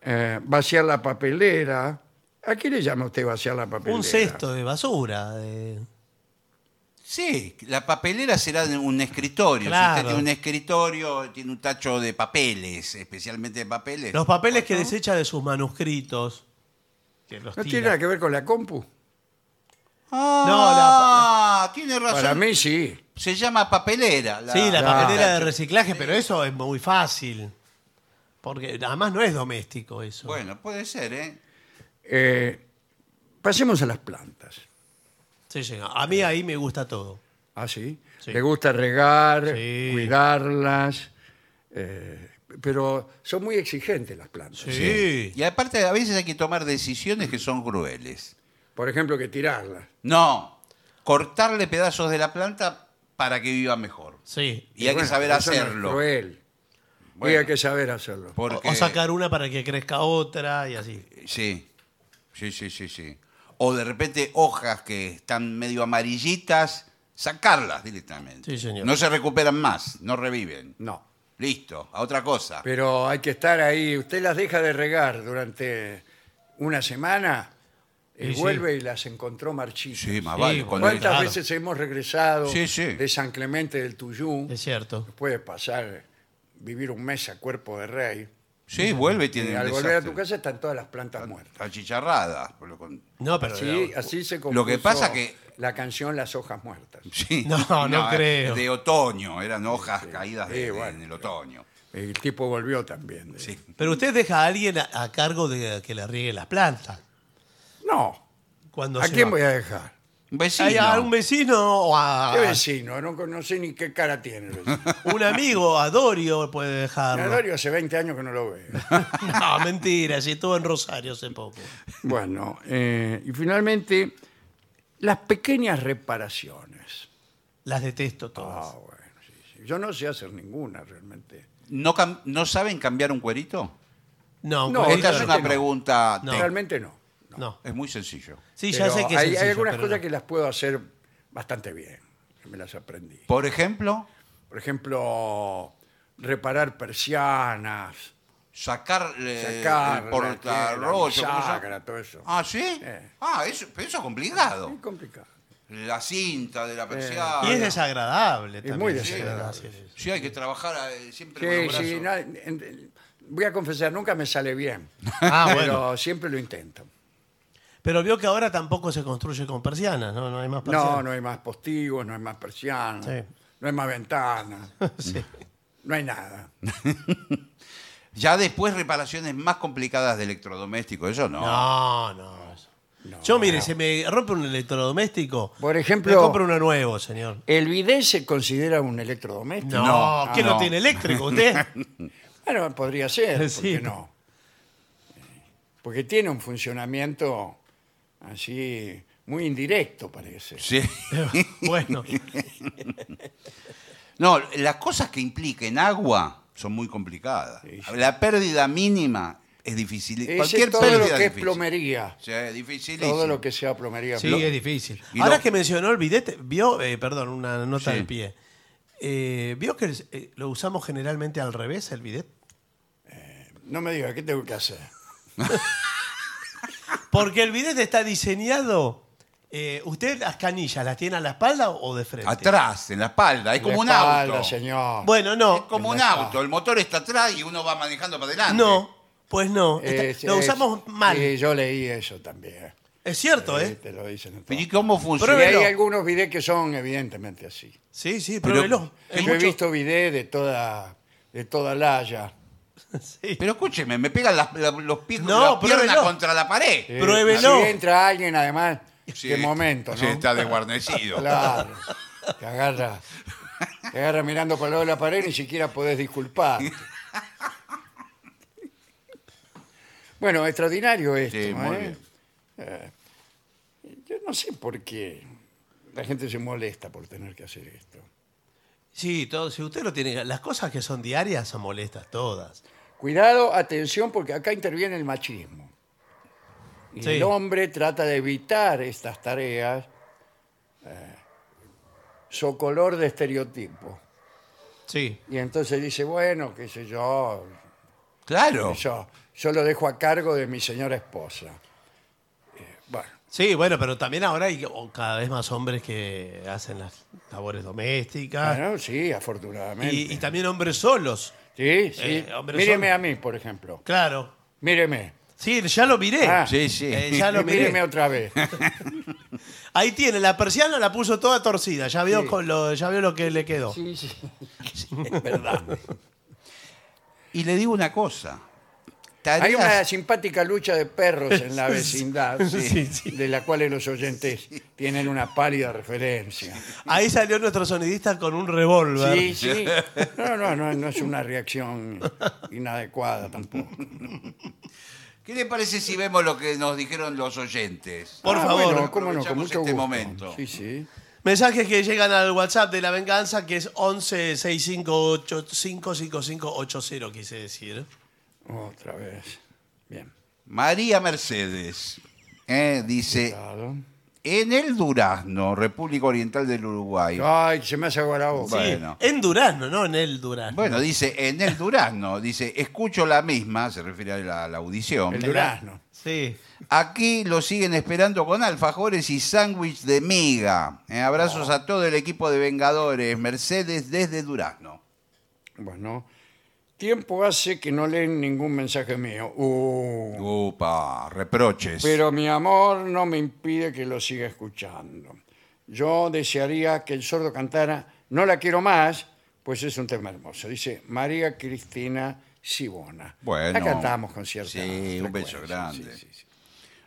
Eh, vaciar la papelera. ¿A qué le llama usted vaciar la papelera? Un cesto de basura. de- Sí, la papelera será de un escritorio. Si Claro. usted tiene un escritorio, tiene un tacho de papeles, especialmente de papeles. Los papeles que desecha de sus manuscritos. Que los ¿No tiene tira. nada que ver con la compu? Ah, tiene razón. Para mí sí. Se llama papelera. Sí, la Claro. papelera de reciclaje, pero eso es muy fácil. Porque además no es doméstico eso. Bueno, puede ser, ¿eh? Eh, pasemos a las plantas. Sí, llega. A mí ahí me gusta todo. ¿Ah, sí? Sí. Le gusta regar, Sí. cuidarlas, eh, pero son muy exigentes las plantas. Y aparte, a veces hay que tomar decisiones que son crueles. Por ejemplo, que tirarlas. No, cortarle pedazos de la planta para que viva mejor. Sí. Y hay que bueno, saber eso no es hacerlo. cruel. Y Bueno, hay que saber hacerlo. porque- O sacar una para que crezca otra y así. Sí, sí, sí, sí, sí. O de repente hojas que están medio amarillitas, sacarlas directamente. Sí, señor. No se recuperan más, no reviven. No. Listo, a otra cosa. Pero hay que estar ahí. Usted las deja de regar durante una semana y Y sí. vuelve y las encontró marchitas. Sí, más Sí, vale. cuando- ¿Cuántas Claro. veces hemos regresado Sí, sí. de San Clemente del Tuyú? Es cierto. Puede pasar, vivir un mes a cuerpo de rey. Sí, vuelve y Y tiene al un volver a tu desastre. casa están todas las plantas muertas. Achicharrada. por lo con- No, pero. Así, así se compuso Lo que pasa que- la canción Las hojas muertas. Sí. No, no creo. De otoño, eran hojas caídas de- Sí, de- bueno. en el otoño. El tipo volvió también. de- Sí. Pero usted deja a alguien a, a cargo de que le riegue las plantas. No. Cuando ¿A se quién va. voy a dejar? Un vecino. ¿Hay a un vecino o a Ah. ¿Qué vecino? No, con- no sé ni qué cara tiene el vecino. un amigo, a Dorio puede dejarlo? Nadario hace 20 años que no lo veo. No, mentira, si estuvo en Rosario hace poco. Bueno, eh, y finalmente, las pequeñas reparaciones. Las detesto todas. Ah, bueno, sí, sí. Yo no sé hacer ninguna realmente. ¿No, cam- no saben cambiar un cuerito? No, No, cualquier- Esta es una no. pregunta. No. técnica. Realmente no. no. Es muy sencillo. Sí, ya Pero sé que es hay, hay sencillo, algunas pero cosas no. que las puedo hacer bastante bien. que Me las aprendí. Por ejemplo, Por ejemplo, reparar persianas, sacar eh, sacar el la- portarrollo. la ¿cómo se llama? bisagra, todo eso. Ah, ¿sí? Eh. Ah, eso, pero eso Es es complicado. complicado. La cinta de la persiana. Y es desagradable Ah, Es también. muy sí, desagradable. sí, sí. Sí, hay que trabajar eh, siempre Sí, con el sí, brazo. na- en- en- voy a confesar, nunca me sale bien. Ah, pero bueno. siempre lo intento. Pero vio que ahora tampoco se construye con persianas, ¿no? No hay más No, persianas. no hay más postigos, no hay más persianas, Sí. no hay más ventanas, Sí. no hay nada. Ya después reparaciones más complicadas de electrodomésticos, eso no. No, no. eso. Yo, mire, se me rompe un electrodoméstico. Por ejemplo- Me compro uno nuevo, señor. ¿El bidet se considera un electrodoméstico? No, No, Ah, ¿qué no no. tiene eléctrico usted? Bueno, podría ser, ¿por Sí. qué no? Porque tiene un funcionamiento así muy indirecto, parece. Sí. bueno, No, las cosas que impliquen agua son muy complicadas. La pérdida mínima es difícil. Ese Cualquier todo pérdida lo que es es difícil. plomería, Sí, es dificilísimo. todo lo que sea plomería. sí, Lo- es difícil. Y Ahora lo- que mencionó el bidet, vio, eh, perdón, una nota Sí. al pie. Eh, ¿Vio que eh, lo usamos generalmente al revés, el bidet? No me diga, ¿qué tengo que hacer? Porque el bidet está diseñado. eh, ¿Usted las canillas las tiene a la espalda o de frente? Atrás, en la espalda. Es como La un espalda, auto. señor. Bueno, Es no. como en un la auto. El motor está atrás y uno va manejando para adelante. No, pues no. Está- Es- lo es- usamos mal. Sí, yo leí eso también. es cierto, ¿eh? Te lo dicen en Pero ¿y todo. cómo Y funciona? Pruébelo. hay algunos videos que son evidentemente así. Sí, sí, Pero- pruébelo. Yo Es he mucho- visto videos de toda, de toda la haya. sí. Pero escúcheme, me pegan las, la- los pies No, las piernas pruébelo. contra la pared. Eh, Pruébelo. Si entra alguien, además, Sí. de momento, ¿no? Sí, está desguarnecido. Claro. Te agarra, te agarra mirando por el lado de la pared y ni siquiera podés disculpar. Bueno, extraordinario esto. Sí, muy ¿eh? bien. Eh, yo no sé por qué la gente se molesta por tener que hacer esto. Sí, todo, si usted lo tiene. Las cosas que son diarias son molestas todas. Cuidado, atención, porque acá interviene el machismo. Y Sí. el hombre trata de evitar estas tareas eh, socolor de estereotipo. Sí. Y entonces dice, bueno, qué sé yo, Claro. yo, yo lo dejo a cargo de mi señora esposa. Eh, bueno, Sí, bueno, pero también ahora hay o cada vez más hombres que hacen las labores domésticas. bueno, sí, afortunadamente. Ah. y, y también hombres solos. sí, sí. eh, hombre, míreme son- a mí, por ejemplo. Claro. Míreme. Sí, ya lo miré. Ah, Sí, sí. Eh, ya lo miré. míreme otra vez. Ahí tiene, la persiana la puso toda torcida. Ya vio, Sí. con lo, ya vio lo que le quedó. Sí, sí. Es verdad. Y le digo una cosa. Tareas, Hay una simpática lucha de perros en la vecindad, Sí, sí. de la cual los oyentes tienen una pálida referencia. Ahí salió nuestro sonidista con un revólver. Sí, sí. No, no, no, no es una reacción inadecuada tampoco. ¿Qué le parece si vemos lo que nos dijeron los oyentes? Por favor, Ah, bueno, cómo no, con aprovechamos mucho este gusto. momento. Sí, sí. Mensajes que llegan al WhatsApp de la venganza, que es 11 5580 quise decir. Otra vez. Bien. María Mercedes eh, dice: Claro. En el Durazno, República Oriental del Uruguay. Ay, se me hace agua la boca. Bueno. Sí, en Durazno, no en el Durazno. Bueno, dice: En el Durazno, dice: Escucho la misma, se refiere a la, la audición. El durazno. Sí. Aquí lo siguen esperando con alfajores y sándwich de miga. Eh, abrazos a todo el equipo de Vengadores. Mercedes desde Durazno. Bueno, Tiempo hace que no leen ningún mensaje mío. Uh, Upa, reproches. pero mi amor no me impide que lo siga escuchando. Yo desearía que el sordo cantara No la quiero más, pues es un tema hermoso. Dice María Cristina Sibona. Bueno. La cantamos con cierta Sí, un beso frecuencia, grande. sí, sí, sí.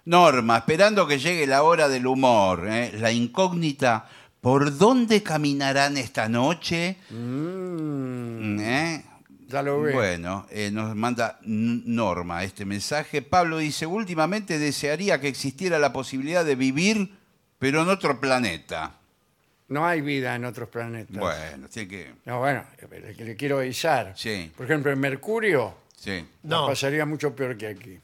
Norma, esperando que llegue la hora del humor, ¿eh? la incógnita, ¿por dónde caminarán esta noche? Mm. ¿Eh? Ya lo veo. Bueno, eh, nos manda N- Norma este mensaje. Pablo dice, últimamente desearía que existiera la posibilidad de vivir, pero en otro planeta. No hay vida en otros planetas. Bueno, tiene que... No, bueno, le, le quiero avisar. Sí. Por ejemplo, en Mercurio Sí. no. No. pasaría mucho peor que aquí.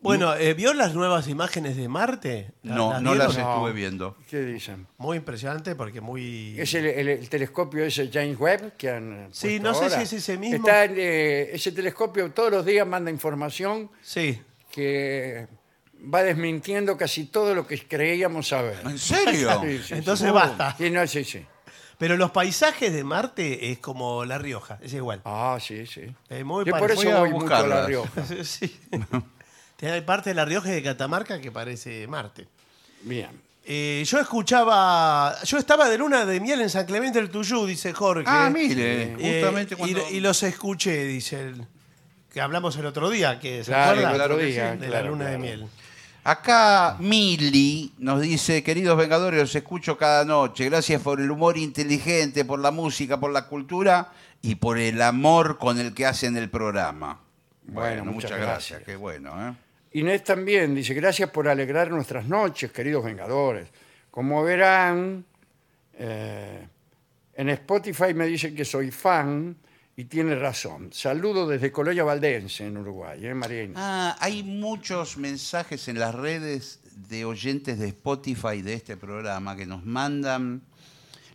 Bueno, eh, ¿vio las nuevas imágenes de Marte? ¿La- No, no vieron? las No. estuve viendo. ¿Qué dicen? Muy impresionante porque muy... Es el, el- el telescopio ese James Webb que han Sí, puesto no sé ahora. si es ese mismo. Está en, eh, ese telescopio todos los días manda información Sí. que va desmintiendo casi todo lo que creíamos saber. ¿En serio? Sí, sí, Entonces sí. basta. Sí, no, sí, sí. Pero los paisajes de Marte es como La Rioja, es igual. Ah, sí, sí. Es muy Yo por parecido. eso voy Voy a mucho a La buscarlas. Rioja. sí. Hay parte de La Rioja y de Catamarca que parece Marte. Bien. Eh, yo escuchaba, yo estaba de luna de miel en San Clemente del Tuyú, dice Jorge. Ah, mire, Eh, justamente cuando... y, y los escuché, dice él. Que hablamos el otro día, que se Claro, acuerda? el otro Creo que día, sí, de claro, la luna claro. de miel. Acá Mili nos dice, queridos Vengadores, los escucho cada noche. Gracias por el humor inteligente, por la música, por la cultura y por el amor con el que hacen el programa. Bueno, Bueno, muchas muchas, gracias. gracias. qué bueno. ¿eh? Inés también dice, gracias por alegrar nuestras noches, queridos Vengadores. Como verán, eh, en Spotify me dicen que soy fan y tiene razón. Saludo desde Colonia Valdense, en Uruguay, ¿eh, María Inés? Ah, hay muchos mensajes en las redes de oyentes de Spotify de este programa que nos mandan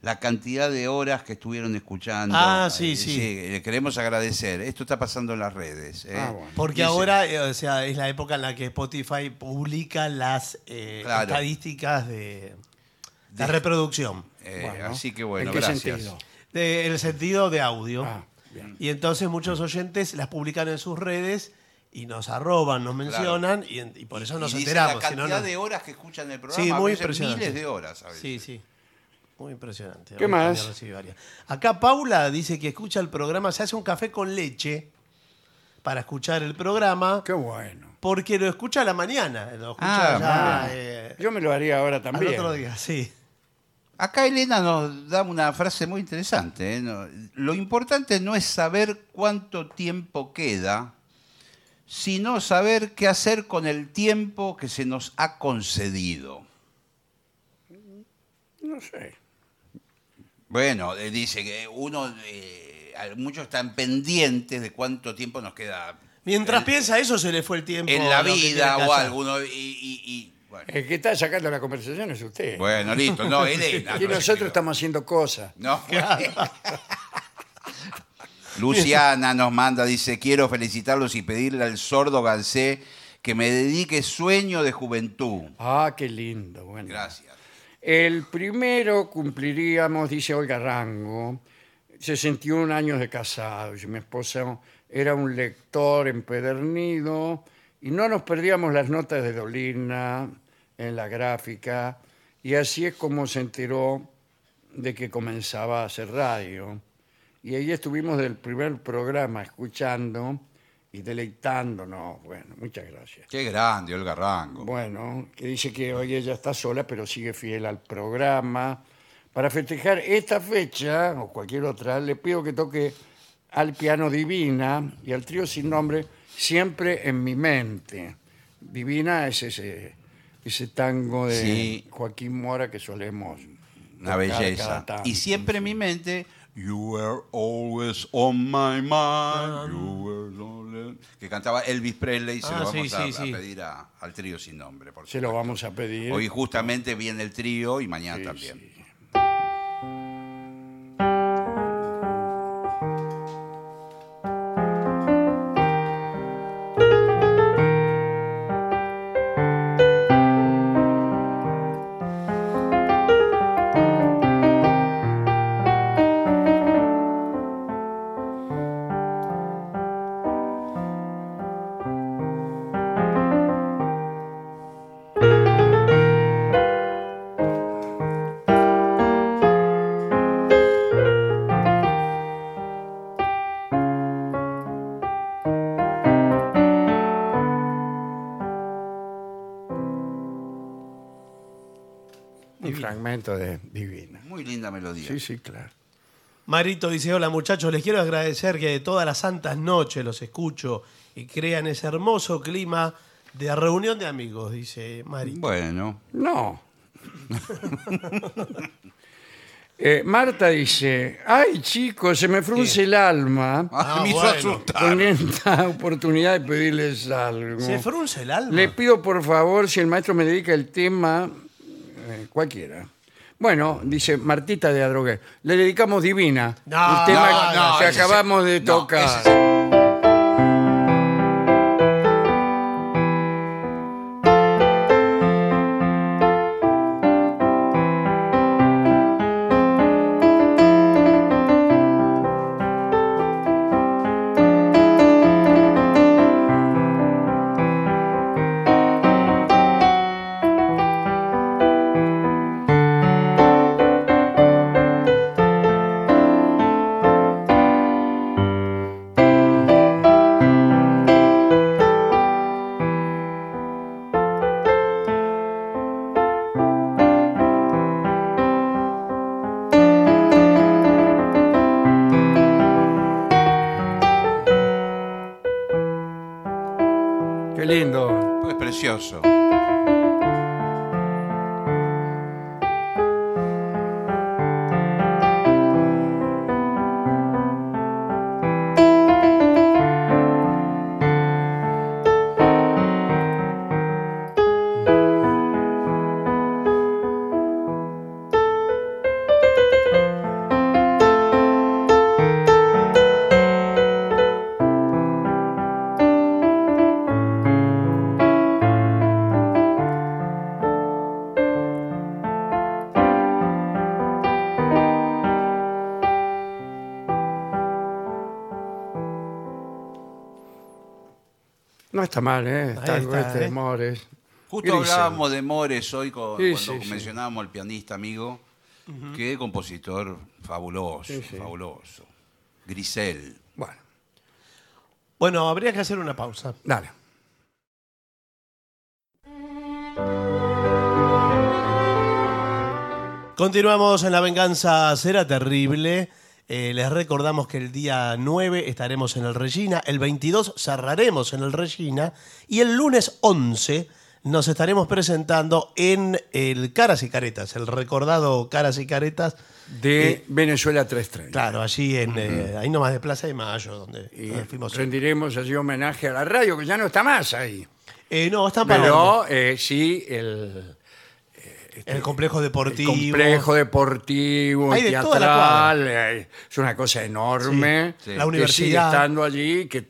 la cantidad de horas que estuvieron escuchando. Ah, sí, Eh, sí. le queremos agradecer. Esto está pasando en las redes. ¿eh? Ah, bueno. Porque Dice- ahora, eh, o sea, es la época en la que Spotify publica las eh, Claro. estadísticas de, de reproducción. Eh, Bueno, así que bueno, ¿En qué gracias. sentido? De- el sentido de audio. Ah, bien. Y entonces muchos oyentes las publican en sus redes y nos arroban, nos mencionan y, en- y por eso nos y dice enteramos. La si no, cantidad no. de horas que escuchan el programa. Sí, a muy veces impresionante. Miles de horas. a veces. Sí, sí. Muy impresionante. ¿Qué Hoy más? también recibí varias. Acá Paula dice que escucha el programa, se hace un café con leche para escuchar el programa Qué bueno. porque lo escucha a la mañana. Lo Ah, escucha ya, bueno. eh, Yo me lo haría ahora al también. otro día, sí. Acá Elena nos da una frase muy interesante. ¿eh? No- Lo importante no es saber cuánto tiempo queda, sino saber qué hacer con el tiempo que se nos ha concedido. No sé. Bueno, eh, dice que uno, eh, muchos están pendientes de cuánto tiempo nos queda Mientras piensa eso, se le fue el tiempo. en la lo que tiene vida que o hacer. alguno. y- y- y- bueno. El que está sacando la conversación es usted. Bueno, listo. No, Elena. y no sé qué- nosotros estamos haciendo cosas. No. Luciana nos manda, dice, quiero felicitarlos y pedirle al sordo Gansé que me dedique sueño de juventud. Ah, qué lindo. Bueno. Gracias. El primero cumpliríamos, dice Olga Rango, 61 años de casados. Mi esposa era un lector empedernido y no nos perdíamos las notas de Dolina en la gráfica. Y así es como se enteró de que comenzaba a hacer radio. Y ahí estuvimos del primer programa escuchando y deleitándonos. Bueno, muchas gracias. Qué grande, Olga Rango. Bueno, que dice que hoy ella está sola, pero sigue fiel al programa. Para festejar esta fecha o cualquier otra, le pido que toque al piano Divina y al trío sin nombre siempre en mi mente. Divina es ese, ese tango de Sí. Joaquín Mora que solemos. Una tocar belleza. cada tanto. Y siempre en mi mente, You were always on my mind. You were always-" Que cantaba Elvis Presley, se Ah, lo vamos sí, a, sí, sí. a pedir a- al trío sin nombre. por Se lo supuesto. vamos a pedir. Hoy justamente viene el trío y mañana Sí, también. sí. fragmento de Divina. Muy linda melodía. Sí, sí, claro. Marito dice, hola muchachos, les quiero agradecer que todas las santas noches los escucho y crean ese hermoso clima de reunión de amigos, dice Marito. Bueno, No. Eh, Marta dice, ay chicos, se me frunce el alma Ah, Ah, me hizo bueno. asustar. con esta oportunidad de pedirles algo. Se frunce el alma. Mm. Le pido por favor, si el maestro me dedica el tema, eh, cualquiera. Bueno, dice Martita de Adrogué, le dedicamos Divina, No, el tema no, que- no, que ese acabamos se- de no, tocar. ese se- Qué lindo. es precioso. No está mal, ¿eh? Está, Ahí está, este, ¿eh? Mores. Justo Grisel. hablábamos de Mores hoy con- Sí, cuando sí, sí. mencionábamos al pianista amigo. Qué compositor fabuloso, Sí, sí. fabuloso. Grisel. Bueno, Bueno, habría que hacer una pausa. dale. Continuamos en La Venganza Será Terrible. Eh, les recordamos que el día 9 estaremos en el Regina, el 22 cerraremos en el Regina y el lunes 11 nos estaremos presentando en el Caras y Caretas, el recordado Caras y Caretas. Eh, De Eh, Venezuela 330. Claro, allí en eh, ahí nomás de Plaza de Mayo, donde Y donde fuimos. Ah, rendiremos allí homenaje a la radio, que ya no está más ahí. Eh, no, está para Pero eh, sí, el, el complejo este, el deportivo. complejo deportivo, Hay el de toda la teatral, eh, es una cosa enorme. Sí, sí. La que sigue universidad. estando allí, que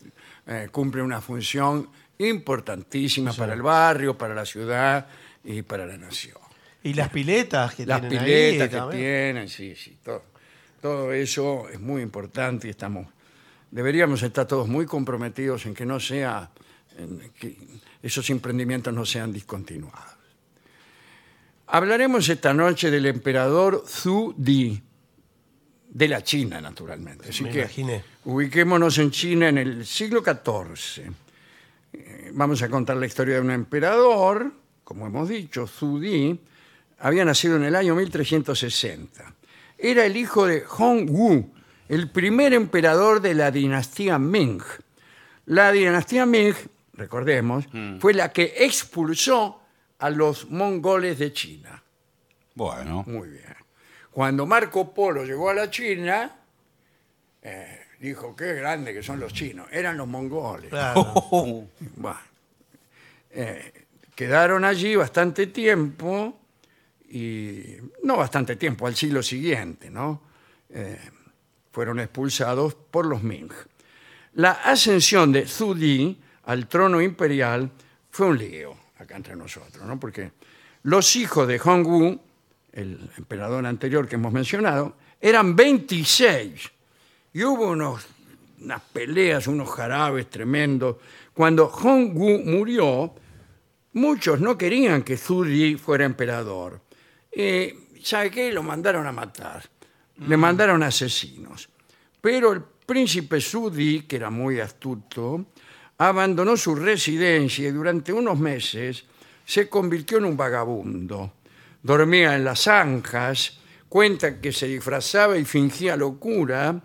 eh, cumple una función importantísima para el barrio, para la ciudad y para la nación. Y las piletas que Las tienen ahí piletas que también. tienen, sí, sí, todo. Todo eso es muy importante y estamos. Deberíamos estar todos muy comprometidos en que no sea. en que esos emprendimientos no sean discontinuados. Hablaremos esta noche del emperador Zhu Di, de la China, naturalmente. Así Me que imaginé. ubiquémonos en China en el siglo XIV. Eh, Vamos a contar la historia de un emperador, como hemos dicho, Zhu Di, había nacido en el año 1360. Era el hijo de Hong Wu, el primer emperador de la dinastía Ming. La dinastía Ming, recordemos, fue la que expulsó a los mongoles de China. Bueno, Muy bien. Cuando Marco Polo llegó a la China, eh, dijo, qué grande que son los chinos. Eran los mongoles. Claro. Uh, Bueno, eh, quedaron allí bastante tiempo, y no bastante tiempo, al siglo siguiente, ¿no? Eh, fueron expulsados por los Ming. La ascensión de Zhu Di al trono imperial fue un lío acá entre nosotros, ¿no? Porque los hijos de Hong Wu, el emperador anterior que hemos mencionado, eran 26 y hubo unos, unas peleas, unos jarabes tremendos. Cuando Hong Wu murió, muchos no querían que Zhu Di fuera emperador. Eh, ¿Sabe qué? Lo mandaron a matar. Le mandaron asesinos. Pero el príncipe Zhu Di, que era muy astuto, abandonó su residencia y durante unos meses se convirtió en un vagabundo. dormía en las zanjas, cuenta que se disfrazaba y fingía locura,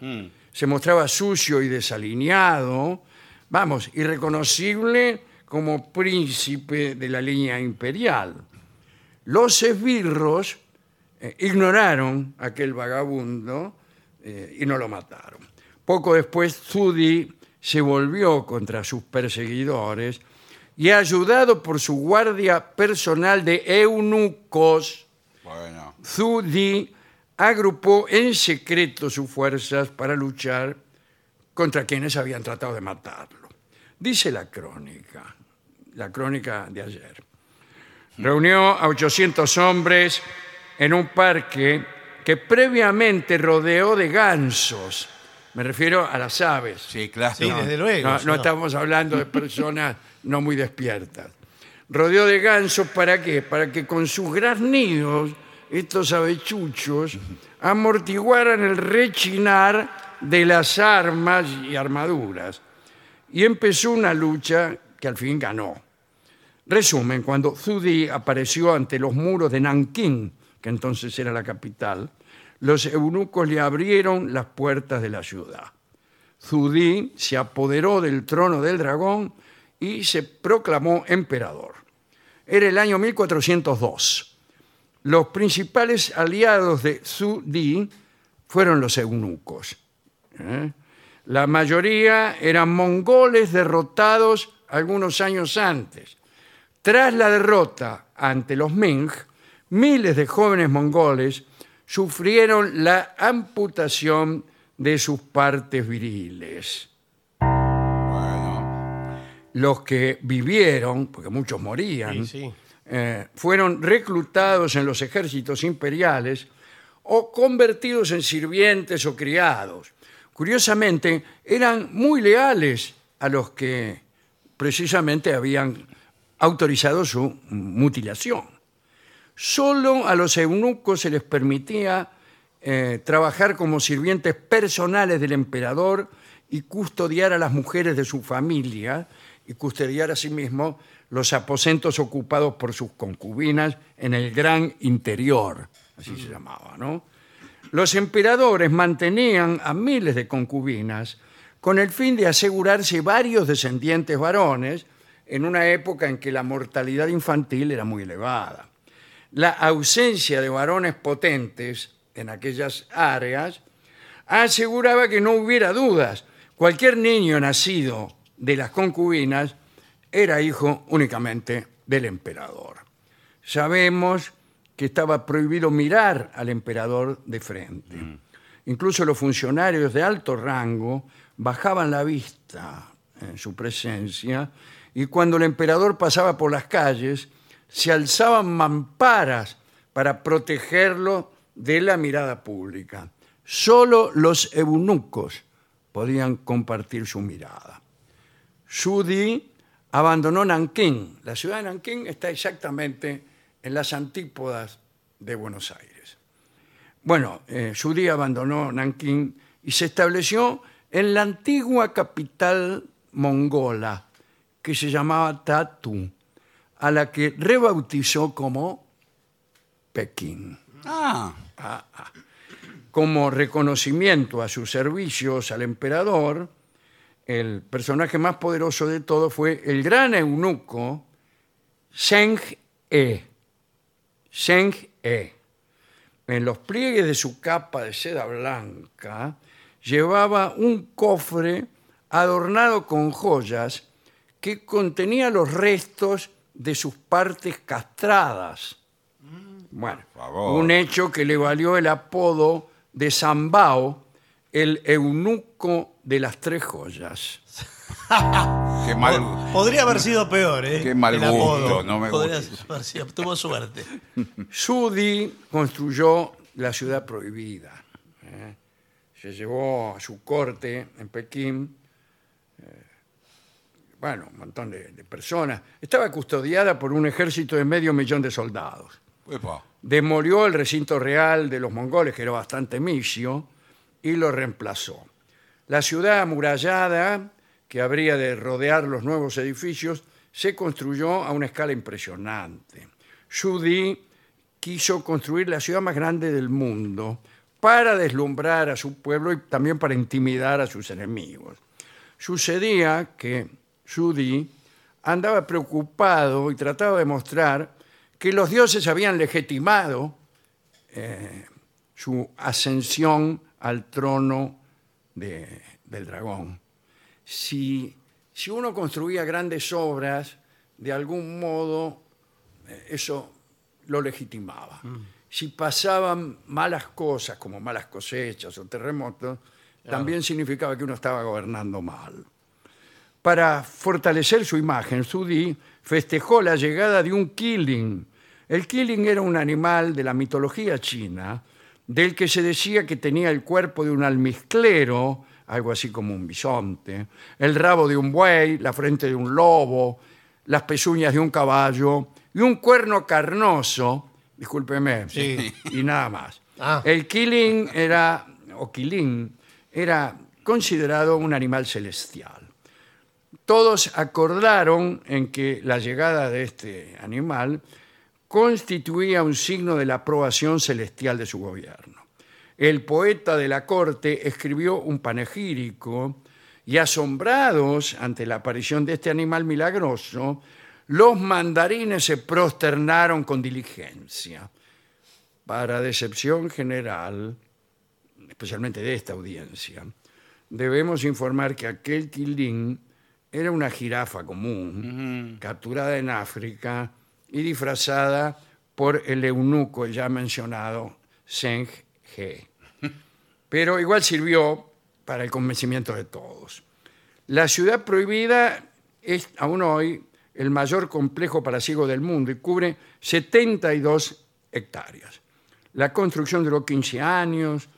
se mostraba sucio y desalineado, vamos, irreconocible como príncipe de la línea imperial. Los esbirros eh, ignoraron a aquel vagabundo eh, y no lo mataron. Poco después, Zudi se volvió contra sus perseguidores y ayudado por su guardia personal de eunucos, Bueno, Zudi agrupó en secreto sus fuerzas para luchar contra quienes habían tratado de matarlo. Dice la crónica, la crónica de ayer. Reunió a 800 hombres en un parque que previamente rodeó de gansos. Me refiero a las aves. sí, claro. Sí, desde luego. No, no señor. estamos hablando de personas no muy despiertas. Rodeó de gansos, ¿para qué? Para que con sus graznidos, estos avechuchos, amortiguaran el rechinar de las armas y armaduras. Y empezó una lucha que al fin ganó. Resumen, cuando Zudi apareció ante los muros de Nankín, que entonces era la capital, los eunucos le abrieron las puertas de la ciudad. Zudí se apoderó del trono del dragón y se proclamó emperador. Era el año 1402. Los principales aliados de Zudí fueron los eunucos. ¿eh? La mayoría eran mongoles derrotados algunos años antes. Tras la derrota ante los Ming, miles de jóvenes mongoles sufrieron la amputación de sus partes viriles. Bueno, Los que vivieron, porque muchos morían, Sí, sí. eh, fueron reclutados en los ejércitos imperiales o convertidos en sirvientes o criados. Curiosamente, eran muy leales a los que precisamente habían autorizado su mutilación. Solo a los eunucos se les permitía eh, trabajar como sirvientes personales del emperador y custodiar a las mujeres de su familia y custodiar asimismo los aposentos ocupados por sus concubinas en el gran interior, así se llamaba, ¿no? Los emperadores mantenían a miles de concubinas con el fin de asegurarse varios descendientes varones en una época en que la mortalidad infantil era muy elevada. La ausencia de varones potentes en aquellas áreas aseguraba que no hubiera dudas. Cualquier niño nacido de las concubinas era hijo únicamente del emperador. Sabemos que estaba prohibido mirar al emperador de frente. Incluso los funcionarios de alto rango bajaban la vista en su presencia y cuando el emperador pasaba por las calles se alzaban mamparas para protegerlo de la mirada pública. Solo los eunucos podían compartir su mirada. Sudi abandonó Nankín. La ciudad de Nankín está exactamente en las antípodas de Buenos Aires. Bueno, eh, Sudi abandonó Nankín y se estableció en la antigua capital mongola, que se llamaba Tatu, a la que rebautizó como Pekín Ah, como reconocimiento a sus servicios al emperador, el personaje más poderoso de todo fue el gran eunuco Zeng E. Zeng E. En los pliegues de su capa de seda blanca llevaba un cofre adornado con joyas que contenía los restos de sus partes castradas. Bueno, favor. un hecho que le valió el apodo de Zambao, el eunuco de las tres joyas. Ah, qué mal. Podría haber sido peor, ¿eh? Qué mal El gusto, apodo. no me Podría gusta. haber sido- tuvo suerte. Sudi construyó la ciudad prohibida. ¿eh? Se llevó a su corte en Pekín, eh, bueno, un montón de, de personas. Estaba custodiada por un ejército de medio millón de soldados. Epa. Demolió el recinto real de los mongoles, que era bastante misio, y lo reemplazó. La ciudad amurallada, que habría de rodear los nuevos edificios, se construyó a una escala impresionante. Sudi quiso construir la ciudad más grande del mundo para deslumbrar a su pueblo y también para intimidar a sus enemigos. Sucedía que Sudi andaba preocupado y trataba de mostrar que los dioses habían legitimado eh, su ascensión al trono de- del dragón. Si, si uno construía grandes obras, de algún modo eh, eso lo legitimaba. Si pasaban malas cosas, como malas cosechas o terremotos, también significaba que uno estaba gobernando mal. Para fortalecer su imagen, Sudi festejó la llegada de un killing. El killing era un animal de la mitología china del que se decía que tenía el cuerpo de un almizclero, algo así como un bisonte, el rabo de un buey, la frente de un lobo, las pezuñas de un caballo y un cuerno carnoso, discúlpeme, Sí. y nada más. Ah. El killing era, o killing, era considerado un animal celestial todos acordaron en que la llegada de este animal constituía un signo de la aprobación celestial de su gobierno. El poeta de la corte escribió un panegírico y asombrados ante la aparición de este animal milagroso, los mandarines se prosternaron con diligencia. Para decepción general, especialmente de esta audiencia, debemos informar que aquel quilín era una jirafa común, capturada en África y disfrazada por el eunuco ya mencionado, Zeng He. Pero igual sirvió para el convencimiento de todos. La ciudad prohibida es aún hoy el mayor complejo para ciegos del mundo y cubre 72 hectáreas. La construcción duró 15 años,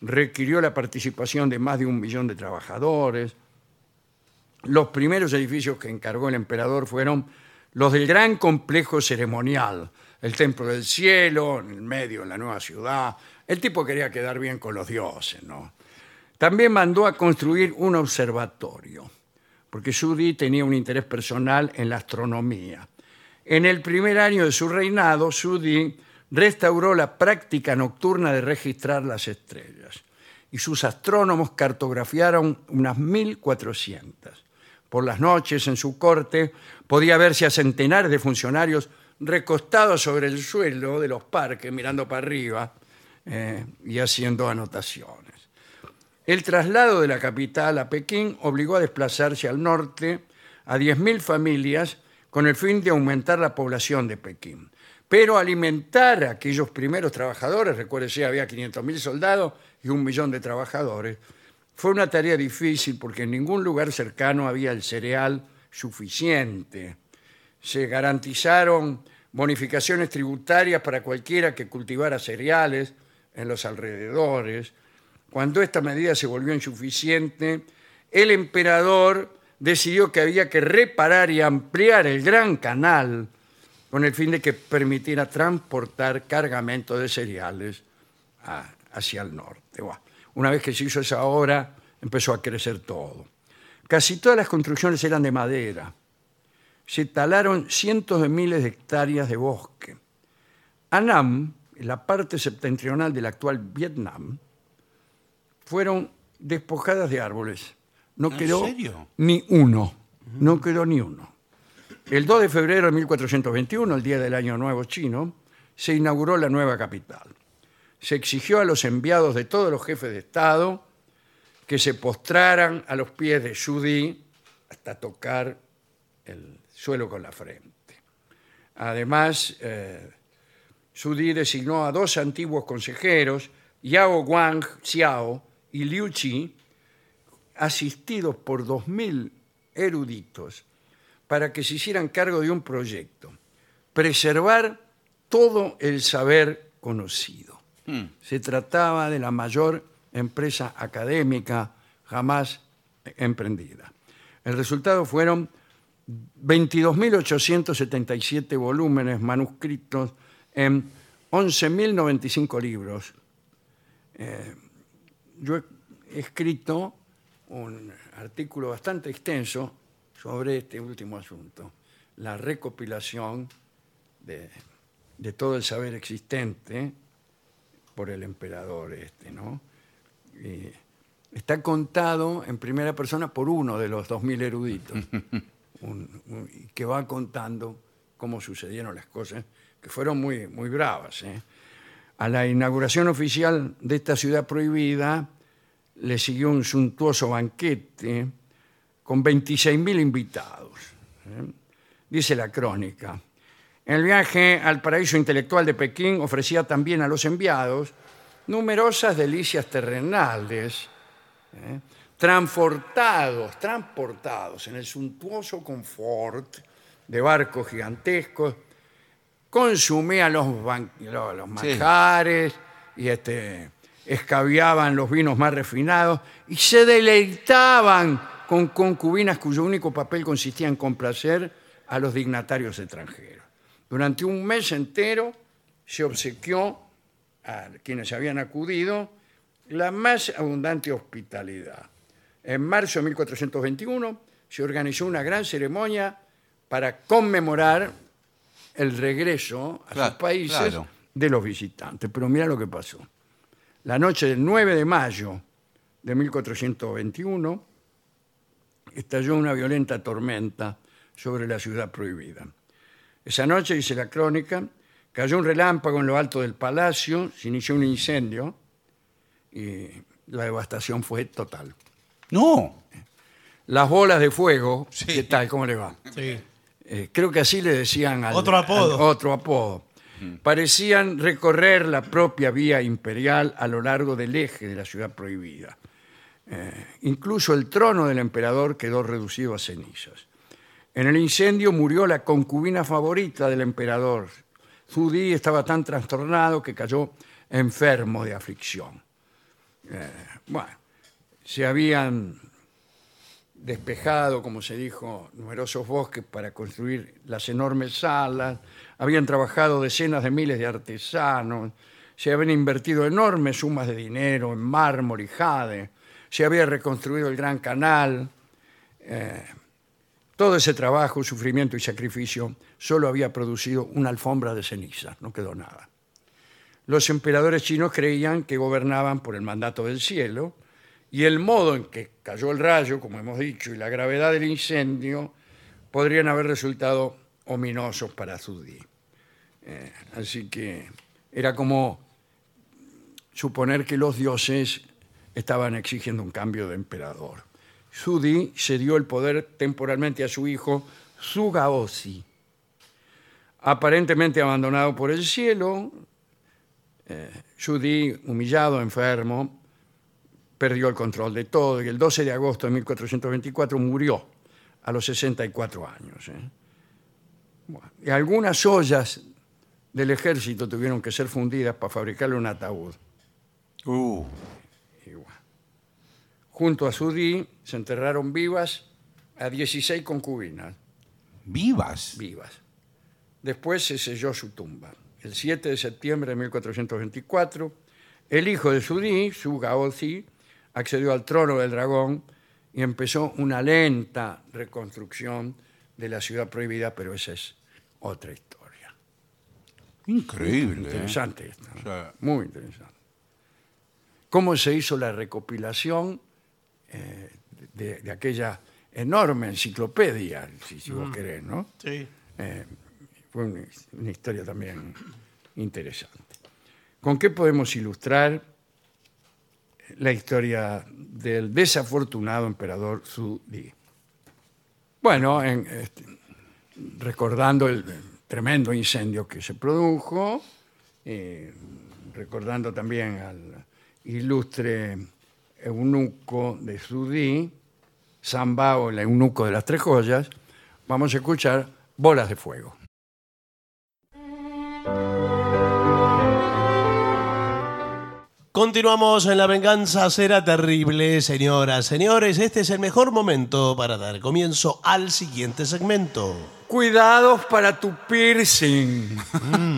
requirió la participación de más de un millón de trabajadores. Los primeros edificios que encargó el emperador fueron los del gran complejo ceremonial, el templo del cielo, en el medio, en la nueva ciudad. El tipo quería quedar bien con los dioses, ¿no? También mandó a construir un observatorio, porque Sudi tenía un interés personal en la astronomía. En el primer año de su reinado, Sudi restauró la práctica nocturna de registrar las estrellas y sus astrónomos cartografiaron unas 1400. Por las noches en su corte podía verse a centenares de funcionarios recostados sobre el suelo de los parques mirando para arriba eh, y haciendo anotaciones. El traslado de la capital a Pekín obligó a desplazarse al norte a 10.000 familias con el fin de aumentar la población de Pekín. Pero alimentar a aquellos primeros trabajadores, recuérdese, había 500.000 soldados y un millón de trabajadores, fue una tarea difícil porque en ningún lugar cercano había el cereal suficiente se garantizaron bonificaciones tributarias para cualquiera que cultivara cereales en los alrededores. Cuando esta medida se volvió insuficiente, el emperador decidió que había que reparar y ampliar el gran canal con el fin de que permitiera transportar cargamento de cereales a- hacia el norte. Buah, Una vez que se hizo esa obra, empezó a crecer todo. Casi todas las construcciones eran de madera se talaron cientos de miles de hectáreas de bosque. Anam, en la parte septentrional del actual Vietnam, fueron despojadas de árboles. No ¿En quedó serio? ni uno. No quedó ni uno. El 2 de febrero de 1421, el día del Año Nuevo chino, se inauguró la nueva capital. Se exigió a los enviados de todos los jefes de Estado que se postraran a los pies de Sudi hasta tocar el suelo con la frente. Además, eh, Sudi designó a dos antiguos consejeros, Yao Wang Xiao y Liu Qi, asistidos por 2.000 eruditos, para que se hicieran cargo de un proyecto, preservar todo el saber conocido. Mm. Se trataba de la mayor empresa académica jamás emprendida. El resultado fueron 22.877 volúmenes manuscritos en 11.095 libros. Eh, yo he escrito un artículo bastante extenso sobre este último asunto, la recopilación de de todo el saber existente por el emperador este, ¿no? Y está contado en primera persona por uno de los 2.000 eruditos, un- un- y que va contando cómo sucedieron las cosas, que fueron muy, muy bravas. ¿eh? A la inauguración oficial de esta ciudad prohibida le siguió un suntuoso banquete con 26.000 invitados. ¿eh? Dice la crónica. El viaje al paraíso intelectual de Pekín ofrecía también a los enviados numerosas delicias terrenales, ¿eh? transportados, transportados en el suntuoso confort de barcos gigantescos, consumían los, ban- lo- los Sí. manjares y este, escabiaban los vinos más refinados y se deleitaban con concubinas cuyo único papel consistía en complacer a los dignatarios extranjeros. Durante un mes entero se obsequió a quienes habían acudido la más abundante hospitalidad. En marzo de 1421 se organizó una gran ceremonia para conmemorar el regreso a Claro, sus países claro. de los visitantes. Pero mira lo que pasó. La noche del 9 de mayo de 1421 estalló una violenta tormenta sobre la ciudad prohibida. Esa noche, dice la crónica, cayó un relámpago en lo alto del palacio, se inició un incendio y la devastación fue total. No. Las bolas de fuego, Sí. ¿qué tal? ¿Cómo le va? Sí. Eh, creo que así le decían al Otro apodo. al- otro apodo. Parecían recorrer la propia vía imperial a lo largo del eje de la ciudad prohibida. Eh, incluso el trono del emperador quedó reducido a cenizas. En el incendio murió la concubina favorita del emperador. Zudí estaba tan trastornado que cayó enfermo de aflicción. Eh, bueno, se habían despejado, como se dijo, numerosos bosques para construir las enormes salas, habían trabajado decenas de miles de artesanos, se habían invertido enormes sumas de dinero en mármol y jade, se había reconstruido el gran canal. Eh, todo ese trabajo, sufrimiento y sacrificio solo había producido una alfombra de cenizas, no quedó nada. Los emperadores chinos creían que gobernaban por el mandato del cielo y el modo en que cayó el rayo, como hemos dicho, y la gravedad del incendio podrían haber resultado ominosos para Zudí. Eh, así que era como suponer que los dioses estaban exigiendo un cambio de emperador. Sudi cedió el poder temporalmente a su hijo Sugaosi. Aparentemente abandonado por el cielo, eh, Sudi, humillado, enfermo, perdió el control de todo y el 12 de agosto de 1424 murió a los 64 años. ¿eh? Bueno, y algunas ollas del ejército tuvieron que ser fundidas para fabricarle un ataúd. Uh. Y bueno. Junto a Sudí se enterraron vivas a 16 concubinas, ¿Vivas? vivas. Después se selló su tumba. El 7 de septiembre de 1424, el hijo de Sudí, Sugaozi, accedió al trono del dragón y empezó una lenta reconstrucción de la ciudad prohibida, pero esa es otra historia. Increíble. ¿eh? Interesante esto. ¿no? Sí. Muy interesante. ¿Cómo se hizo la recopilación eh, de, de aquella enorme enciclopedia, si, si vos querés, ¿no? Sí. Fue una, una historia también interesante. ¿Con qué podemos ilustrar la historia del desafortunado emperador Su Di? Bueno, en, este, recordando el tremendo incendio que se produjo, eh, recordando también al ilustre eunuco de Sudí, Zambao, el eunuco de las tres joyas, vamos a escuchar Bolas de Fuego. Continuamos en La venganza será terrible, señoras, señores. Este es el mejor momento para dar comienzo al siguiente segmento. Cuidados para tu piercing.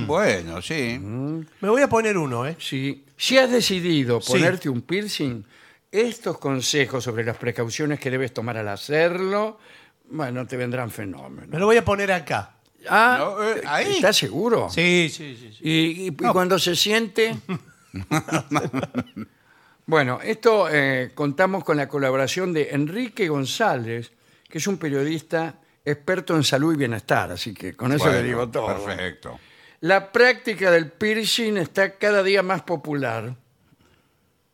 Bueno, sí. Mm. Me voy a poner uno, ¿eh? Sí. Si has decidido Sí. ponerte un piercing, estos consejos sobre las precauciones que debes tomar al hacerlo, bueno, te vendrán Me fenómenos. lo voy a poner acá. Ah, No, eh, ahí. ¿Estás seguro? Sí, sí, sí. sí. Y, y- y cuando se siente... bueno, esto eh, contamos con la colaboración de Enrique González, que es un periodista experto en salud y bienestar, así que con eso Bueno, le digo todo. Perfecto. La práctica del piercing está cada día más popular,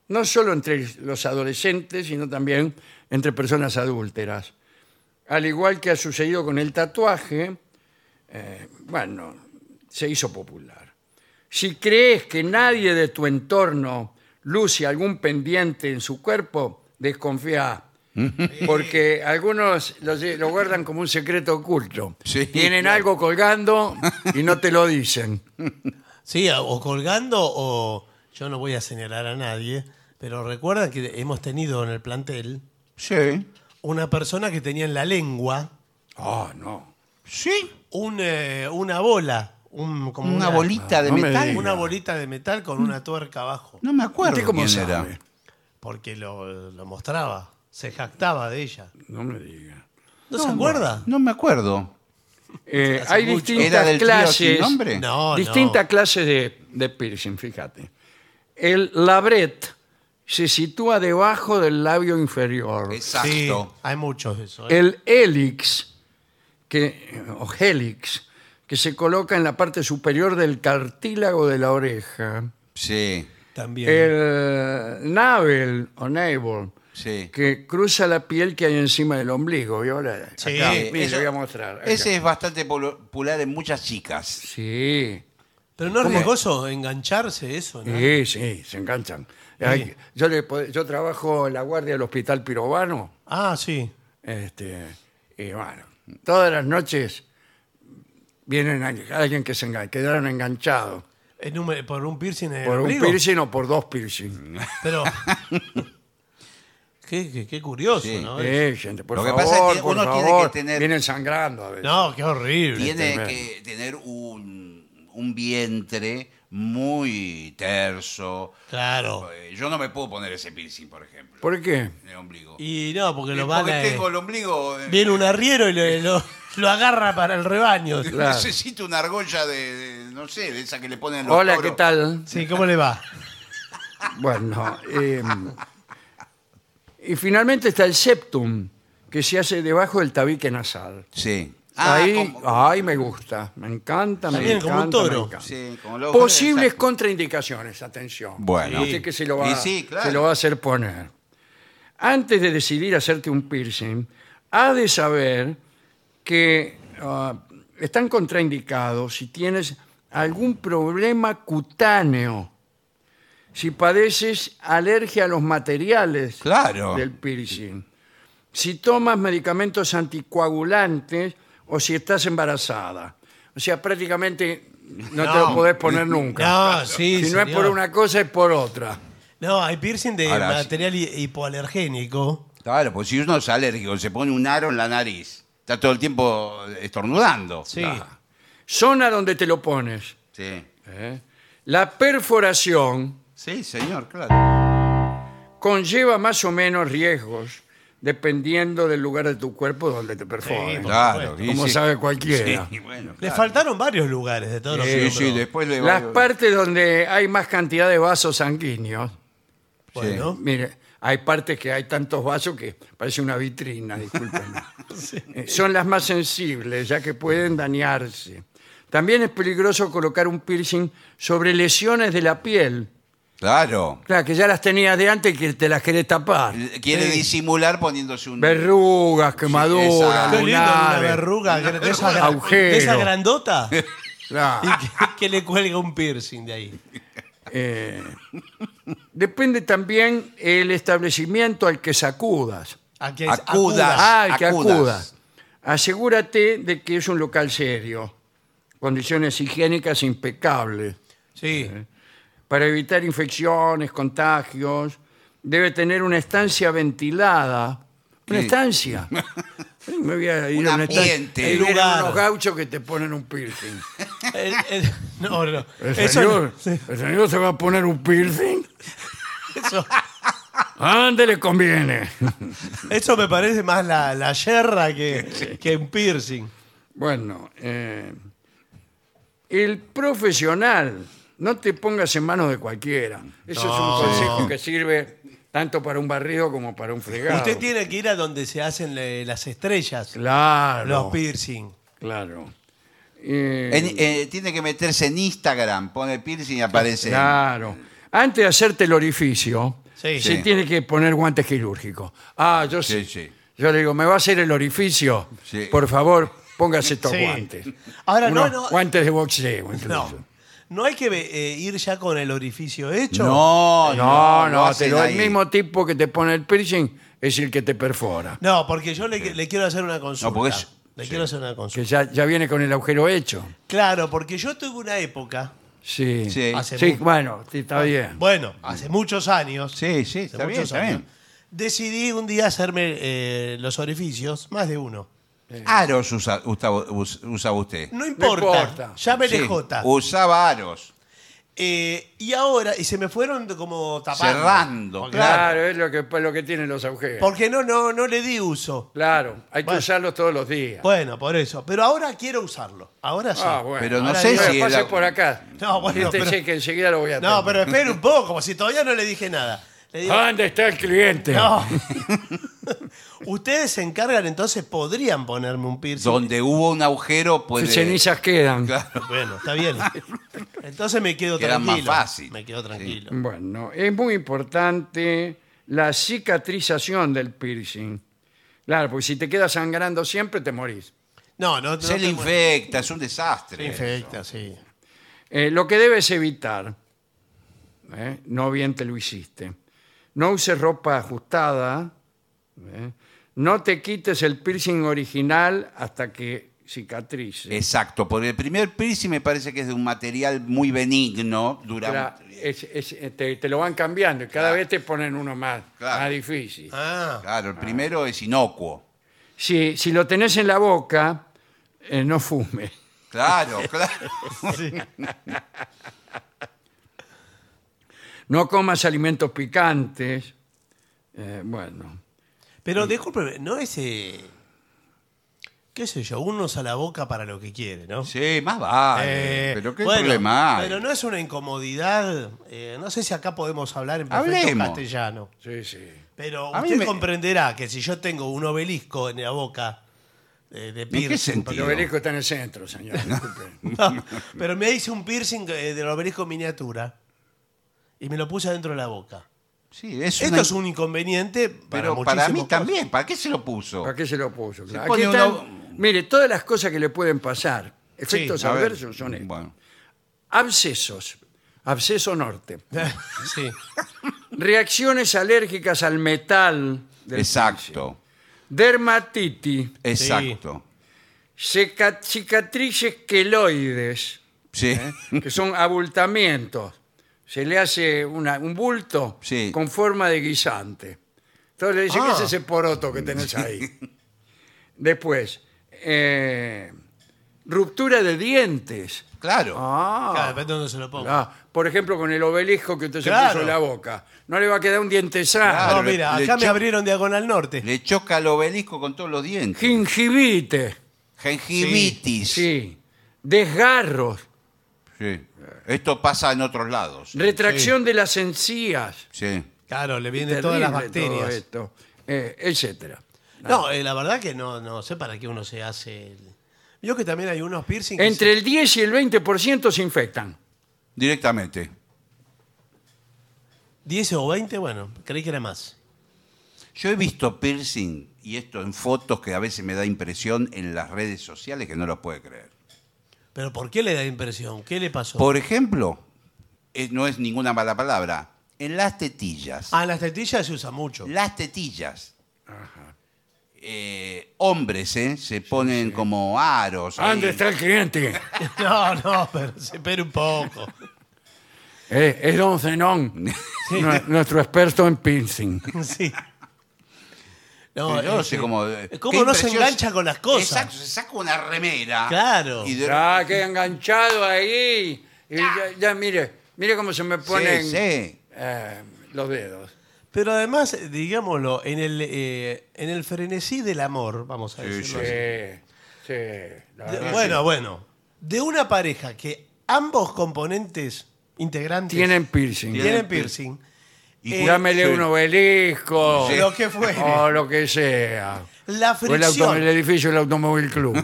no solo entre los adolescentes, sino también entre personas adúlteras. Al igual que ha sucedido con el tatuaje, eh, bueno, se hizo popular. Si crees que nadie de tu entorno luce algún pendiente en su cuerpo, desconfía. Porque algunos lo, lle- lo guardan como un secreto oculto. Sí, Tienen claro. algo colgando y no te lo dicen. Sí, a- o colgando o yo no voy a señalar a nadie, pero recuerda que hemos tenido en el plantel Sí. una persona que tenía en la lengua Oh, no. Sí. un, eh, una bola, un, como Una bolita de no me metal. diga. una bolita de metal con una tuerca abajo, No me acuerdo. ¿Usted cómo quién sabe? era. porque lo, lo mostraba, se jactaba de ella. No me diga. ¿No, se acuerda? No me acuerdo. Eh, hay mucho. ¿Era distintas del tío sin clases. nombre? No, distintas clases de, de piercing, fíjate. El labret se sitúa debajo del labio inferior. no. Sí, Exacto. hay muchos de eso. ¿eh? El helix, que, o helix, que se coloca en la parte superior del cartílago de la oreja. Sí. También. El navel o navel, Sí. que cruza la piel que hay encima del ombligo. Y ahora, Sí, acá, Eh, mire, eso- le voy a mostrar. acá. Ese es bastante polo- popular en muchas chicas. Sí. Pero no es riesgoso engancharse eso, ¿no? Sí, sí, se enganchan. Ay, yo, le pod- yo trabajo en la guardia del hospital pirobano. Ah, sí. Este, y bueno, todas las noches vienen a- alguien que se engan- quedaron enganchados En un- por un piercing en el por un ombligo. piercing o por dos Mm. piercing. Pero. qué, qué- qué curioso, Sí. ¿no? Eh, gente, por Lo que favor, pasa es que por uno tiene que favor. tener- Vienen sangrando a veces. No, qué horrible. Tiene tremendo. que tener un, un vientre muy terso. Claro. Eh, Yo no me puedo poner ese piercing, por ejemplo, ¿Por qué? en el ombligo. Y no, porque Eh, lo van porque a. tengo el ombligo. eh, Viene un arriero y le- lo, lo agarra para el rebaño. Claro. Necesito una argolla de, de- no sé, de esa que le ponen los Hola, toros. ¿qué tal? Sí, ¿cómo le va? Bueno, eh, y finalmente está el septum, que se hace debajo del tabique nasal. Sí. Ah, Ahí, Ah. como- ay, me gusta, me encanta, me También, encanta. como un toro. me encanta. sí, como los- Posibles Exacto. contraindicaciones, atención. Bueno. Usted que se lo, va, Y sí, claro. se lo va a hacer poner. Antes de decidir hacerte un piercing, ha de saber que ah, están contraindicados si tienes algún problema cutáneo, si padeces alergia a los materiales Claro. del piercing, si tomas medicamentos anticoagulantes o si estás embarazada. O sea, prácticamente no, te lo No. podés poner nunca. No, sí, si no es señor. por una cosa, es por otra. No, hay piercing de Ahora, material hi- hipoalergénico. Claro, pues si uno es alérgico, se pone un aro en la nariz. Está todo el tiempo estornudando. Sí. Ah, Zona donde te lo pones. sí. ¿eh? La perforación Sí, señor, claro. conlleva más o menos riesgos dependiendo del lugar de tu cuerpo donde te perforen. por Claro. supuesto. y Como sí. sabe cualquiera. Sí, bueno, Le claro. faltaron varios lugares de todos los Sí, miembros. sí, después le Las va- partes donde hay más cantidad de vasos sanguíneos. Bueno, Mire, hay partes que hay tantos vasos que parece una vitrina, discúlpenme. Eh, Son las más sensibles, ya que pueden dañarse. También es peligroso colocar un piercing sobre lesiones de la piel. Claro. Claro, que ya las tenías de antes y que te las querés tapar. Eh, Quiere disimular poniéndose un. Verrugas, quemaduras, exacto. qué lindo, una lunares. verruga de, esa, gran- Agujero. de esa grandota. y Claro. que, que le cuelga un piercing de ahí. Eh, depende también el establecimiento al que sacudas. A que Acudas. acuda. Ah, el que acudas. acudas. Asegúrate de que es un local serio, condiciones higiénicas impecables, Sí. para evitar infecciones, contagios. Debe tener una estancia ventilada. Una Sí. estancia. Sí, Me voy a ir Un a una estancia. ambiente. Ahí vienen Lugar. unos gauchos que te ponen un piercing. El- el- Eh, no, no. ¿El Eso señor, no- sí, el señor se va a poner un piercing? eso- ¿A dónde le conviene? Eso me parece más la, la yerra que, que un piercing. Bueno, eh, el profesional, no te pongas en manos de cualquiera. Ese No. es un consejo que sirve tanto para un barrido como para un fregado. Usted tiene que ir a donde se hacen le- las estrellas, Claro. los piercing. Claro. Eh, En- eh, tiene que meterse en Instagram, pone piercing y aparece. Claro. Antes de hacerte el orificio, Sí. se Sí. tiene que poner guantes quirúrgicos. Ah, yo sí. Sí, sí. Yo le digo, ¿me va a hacer el orificio? Sí. Por favor, póngase estos Sí. guantes. Ahora, no, Unos no. Guantes de boxeo. incluso. No, no hay que eh, ir ya con el orificio hecho. No, No, no, no, hacen pero el ahí. mismo tipo que te pone el piercing es el que te perfora. No, porque yo le, le quiero hacer una consulta. No, porque es- Le sí. quiero hacer una consulta. Que ya, ya viene con el agujero hecho. Claro, porque yo tuve una época, Sí. Sí. Hace Sí, mu- bueno, sí, está bien. bueno, hace muchos años. Sí, sí, hace está bien, muchos está años, bien. Decidí un día hacerme eh, los orificios, más de uno. Ah, Aros usa, Gustavo, us- usaba usted. No importa. importa, ya me Sí, lejota. Usaba aros. Eh, y ahora, y se me fueron como tapando. Cerrando, Porque- Claro, claro. es lo que, pues, lo que tienen los agujeros. Porque no, no, no le di uso. Claro, hay que Bueno. usarlos todos los días. Bueno, por eso. Pero ahora quiero usarlo. Ahora sí. Ah, bueno. Pero no Ahora sé digo, si pase el- por acá. No, bueno, Siéntese pero- Este que enseguida lo voy a No, pero atender. espere un poco, como si todavía no le dije nada. Le digo, ¿Dónde está el cliente? no. Ustedes se encargan, entonces podrían ponerme un piercing. Donde hubo un agujero, Sus pues. cenizas quedan. Bueno, está bien. Entonces me quedo Queda más tranquilo. fácil. Me quedo tranquilo. Bueno, es muy importante la cicatrización del piercing. Claro, porque si te queda sangrando siempre te morís. No, no, no Se le te mueras. infecta, es un Se desastre. infecta, sí. Eh, lo que debes evitar, ¿eh? no bien te lo hiciste, no uses ropa ajustada, ¿eh? no te quites el piercing original hasta que cicatrice. Exacto, porque el primer piercing me parece que es de un material muy benigno. Dura Claro, un- es- es- eh, te, te lo van cambiando y cada vez te ponen uno más, Claro. más difícil. Ah, Claro, el primero es inocuo. Si, si lo tenés en la boca, eh, no fumes. Claro, claro. sí. No comas alimentos picantes. Eh, bueno, Pero discúlpeme, no es. eh, ¿Qué sé yo? Uno usa la boca para lo que quiere, ¿no? Sí, más vale. Eh, pero qué bueno, problema hay. Pero no es una incomodidad. eh, no sé si acá podemos hablar en perfecto Hablemos. castellano. sí, sí. Pero A mí usted me- comprenderá que si yo tengo un obelisco en la boca eh, de qué piercing. El sentido? obelisco está en el centro, señor. disculpe. No, pero me hice un piercing eh, del obelisco en miniatura y me lo puse adentro de la boca. Sí, es Esto una- es un inconveniente para Pero para mí muchísimas cosas. también, ¿para qué se lo puso? ¿Para qué se lo puso? Claro. pone Aquí están, uno- Mire, todas las cosas que le pueden pasar, efectos A ver, adversos son estos. bueno. Abscesos, absceso norte. sí. Reacciones alérgicas al metal. del piercing. Exacto, Dermatitis, exacto. cica- cicatrices queloides, Sí. ¿Eh? que son abultamientos. Se le hace una- un bulto Sí. con forma de guisante. Entonces le dice, Ah. ¿qué es ese poroto que tenés ahí? Después, eh, ruptura de dientes. Claro. Ah, Claro, depende de dónde se lo pongo. ah, por ejemplo, con el obelisco que usted se Claro. puso en la boca. No le va a quedar un diente sano. Claro, no, mira, le- le acá me cho- abrieron diagonal norte. Le choca el obelisco con todos los dientes. Gingivite. Gengivitis. Sí. Desgarros. Sí. Esto pasa en otros lados. Retracción de las encías. Sí. Claro, le vienen todas las Terrible todo bacterias. esto, eh, etcétera. No, eh, la verdad que no, no sé para qué uno se hace. el- Vio que también hay unos piercings. que Entre se- el 10 y el 20% se infectan. Directamente. 10 o 20, bueno, creí que era más. Yo he visto piercing y esto en fotos que a veces me da impresión en las redes sociales que no lo puede creer. Pero ¿por qué le da impresión? ¿Qué le pasó? Por ejemplo, eh, no es ninguna mala palabra, en las tetillas. Ah, en las tetillas se usa mucho. Las tetillas. Eh, hombres, ¿eh? Se ponen como aros. ahí. ¿Dónde está el cliente? No, no, pero se espera un poco. Eh, es Don Zenón, nue- nuestro experto en piercing. Sí. Yo No, no eh, sé eh, cómo. ¿Cómo qué no se impresión- engancha con las cosas? Exacto, se saca una remera. Claro. Y de- Ya, que enganchado ahí. Y ya, ya, mire, mire cómo se me ponen sí. eh, los dedos. Pero además, eh, digámoslo, en el, eh, en el frenesí del amor, vamos a decirlo así, Eh, Sí, la De- verdad bueno, que bueno. De una pareja que ambos componentes integrantes Tienen piercing. tienen piercing. Y Eh, Llámele un obelisco. Sí. Lo que fuere. O lo que sea. La O el, auto- fricción, el edificio del Automóvil Club.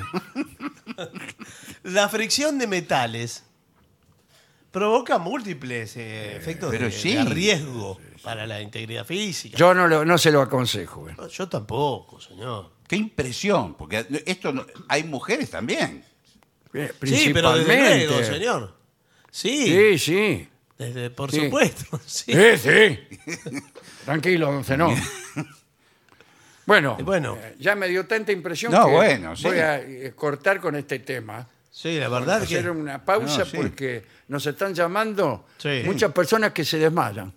la fricción de metales provoca múltiples eh, efectos pero de, sí. de riesgo para la integridad física. Yo no, lo- no se lo aconsejo. eh. No, yo tampoco, señor. Qué impresión, porque esto no- hay mujeres también. Eh, Sí, pero desde principalmente. luego, señor. Sí, Sí, sí. desde- por Sí. Eh. supuesto. sí. Sí, sí. Tranquilo, don Zenón. Bueno, Eh, bueno. eh, ya me dio tanta impresión No, que bueno, sí. voy a eh, cortar con este tema. Sí, la verdad que... Hacer una pausa No, sí. porque nos están llamando Sí. muchas personas que se desmayan.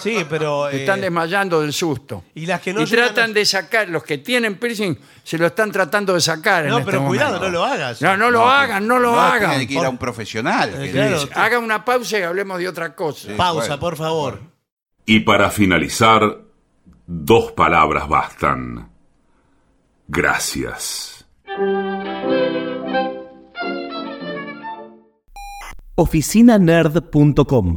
Sí, pero... que eh, están desmayando del susto. y las que no Y llegan tratan a- de sacar, los que tienen piercing, se lo están tratando de sacar. en No, este pero cuidado, momento. no lo hagas. No, no lo hagan, no lo hagan. Tiene que ir a un profesional. Eh, que claro. dice. Hagan una pausa y hablemos de otra cosa. Pausa, bueno. por favor. Y para finalizar, dos palabras bastan. Gracias. oficinanerd.com.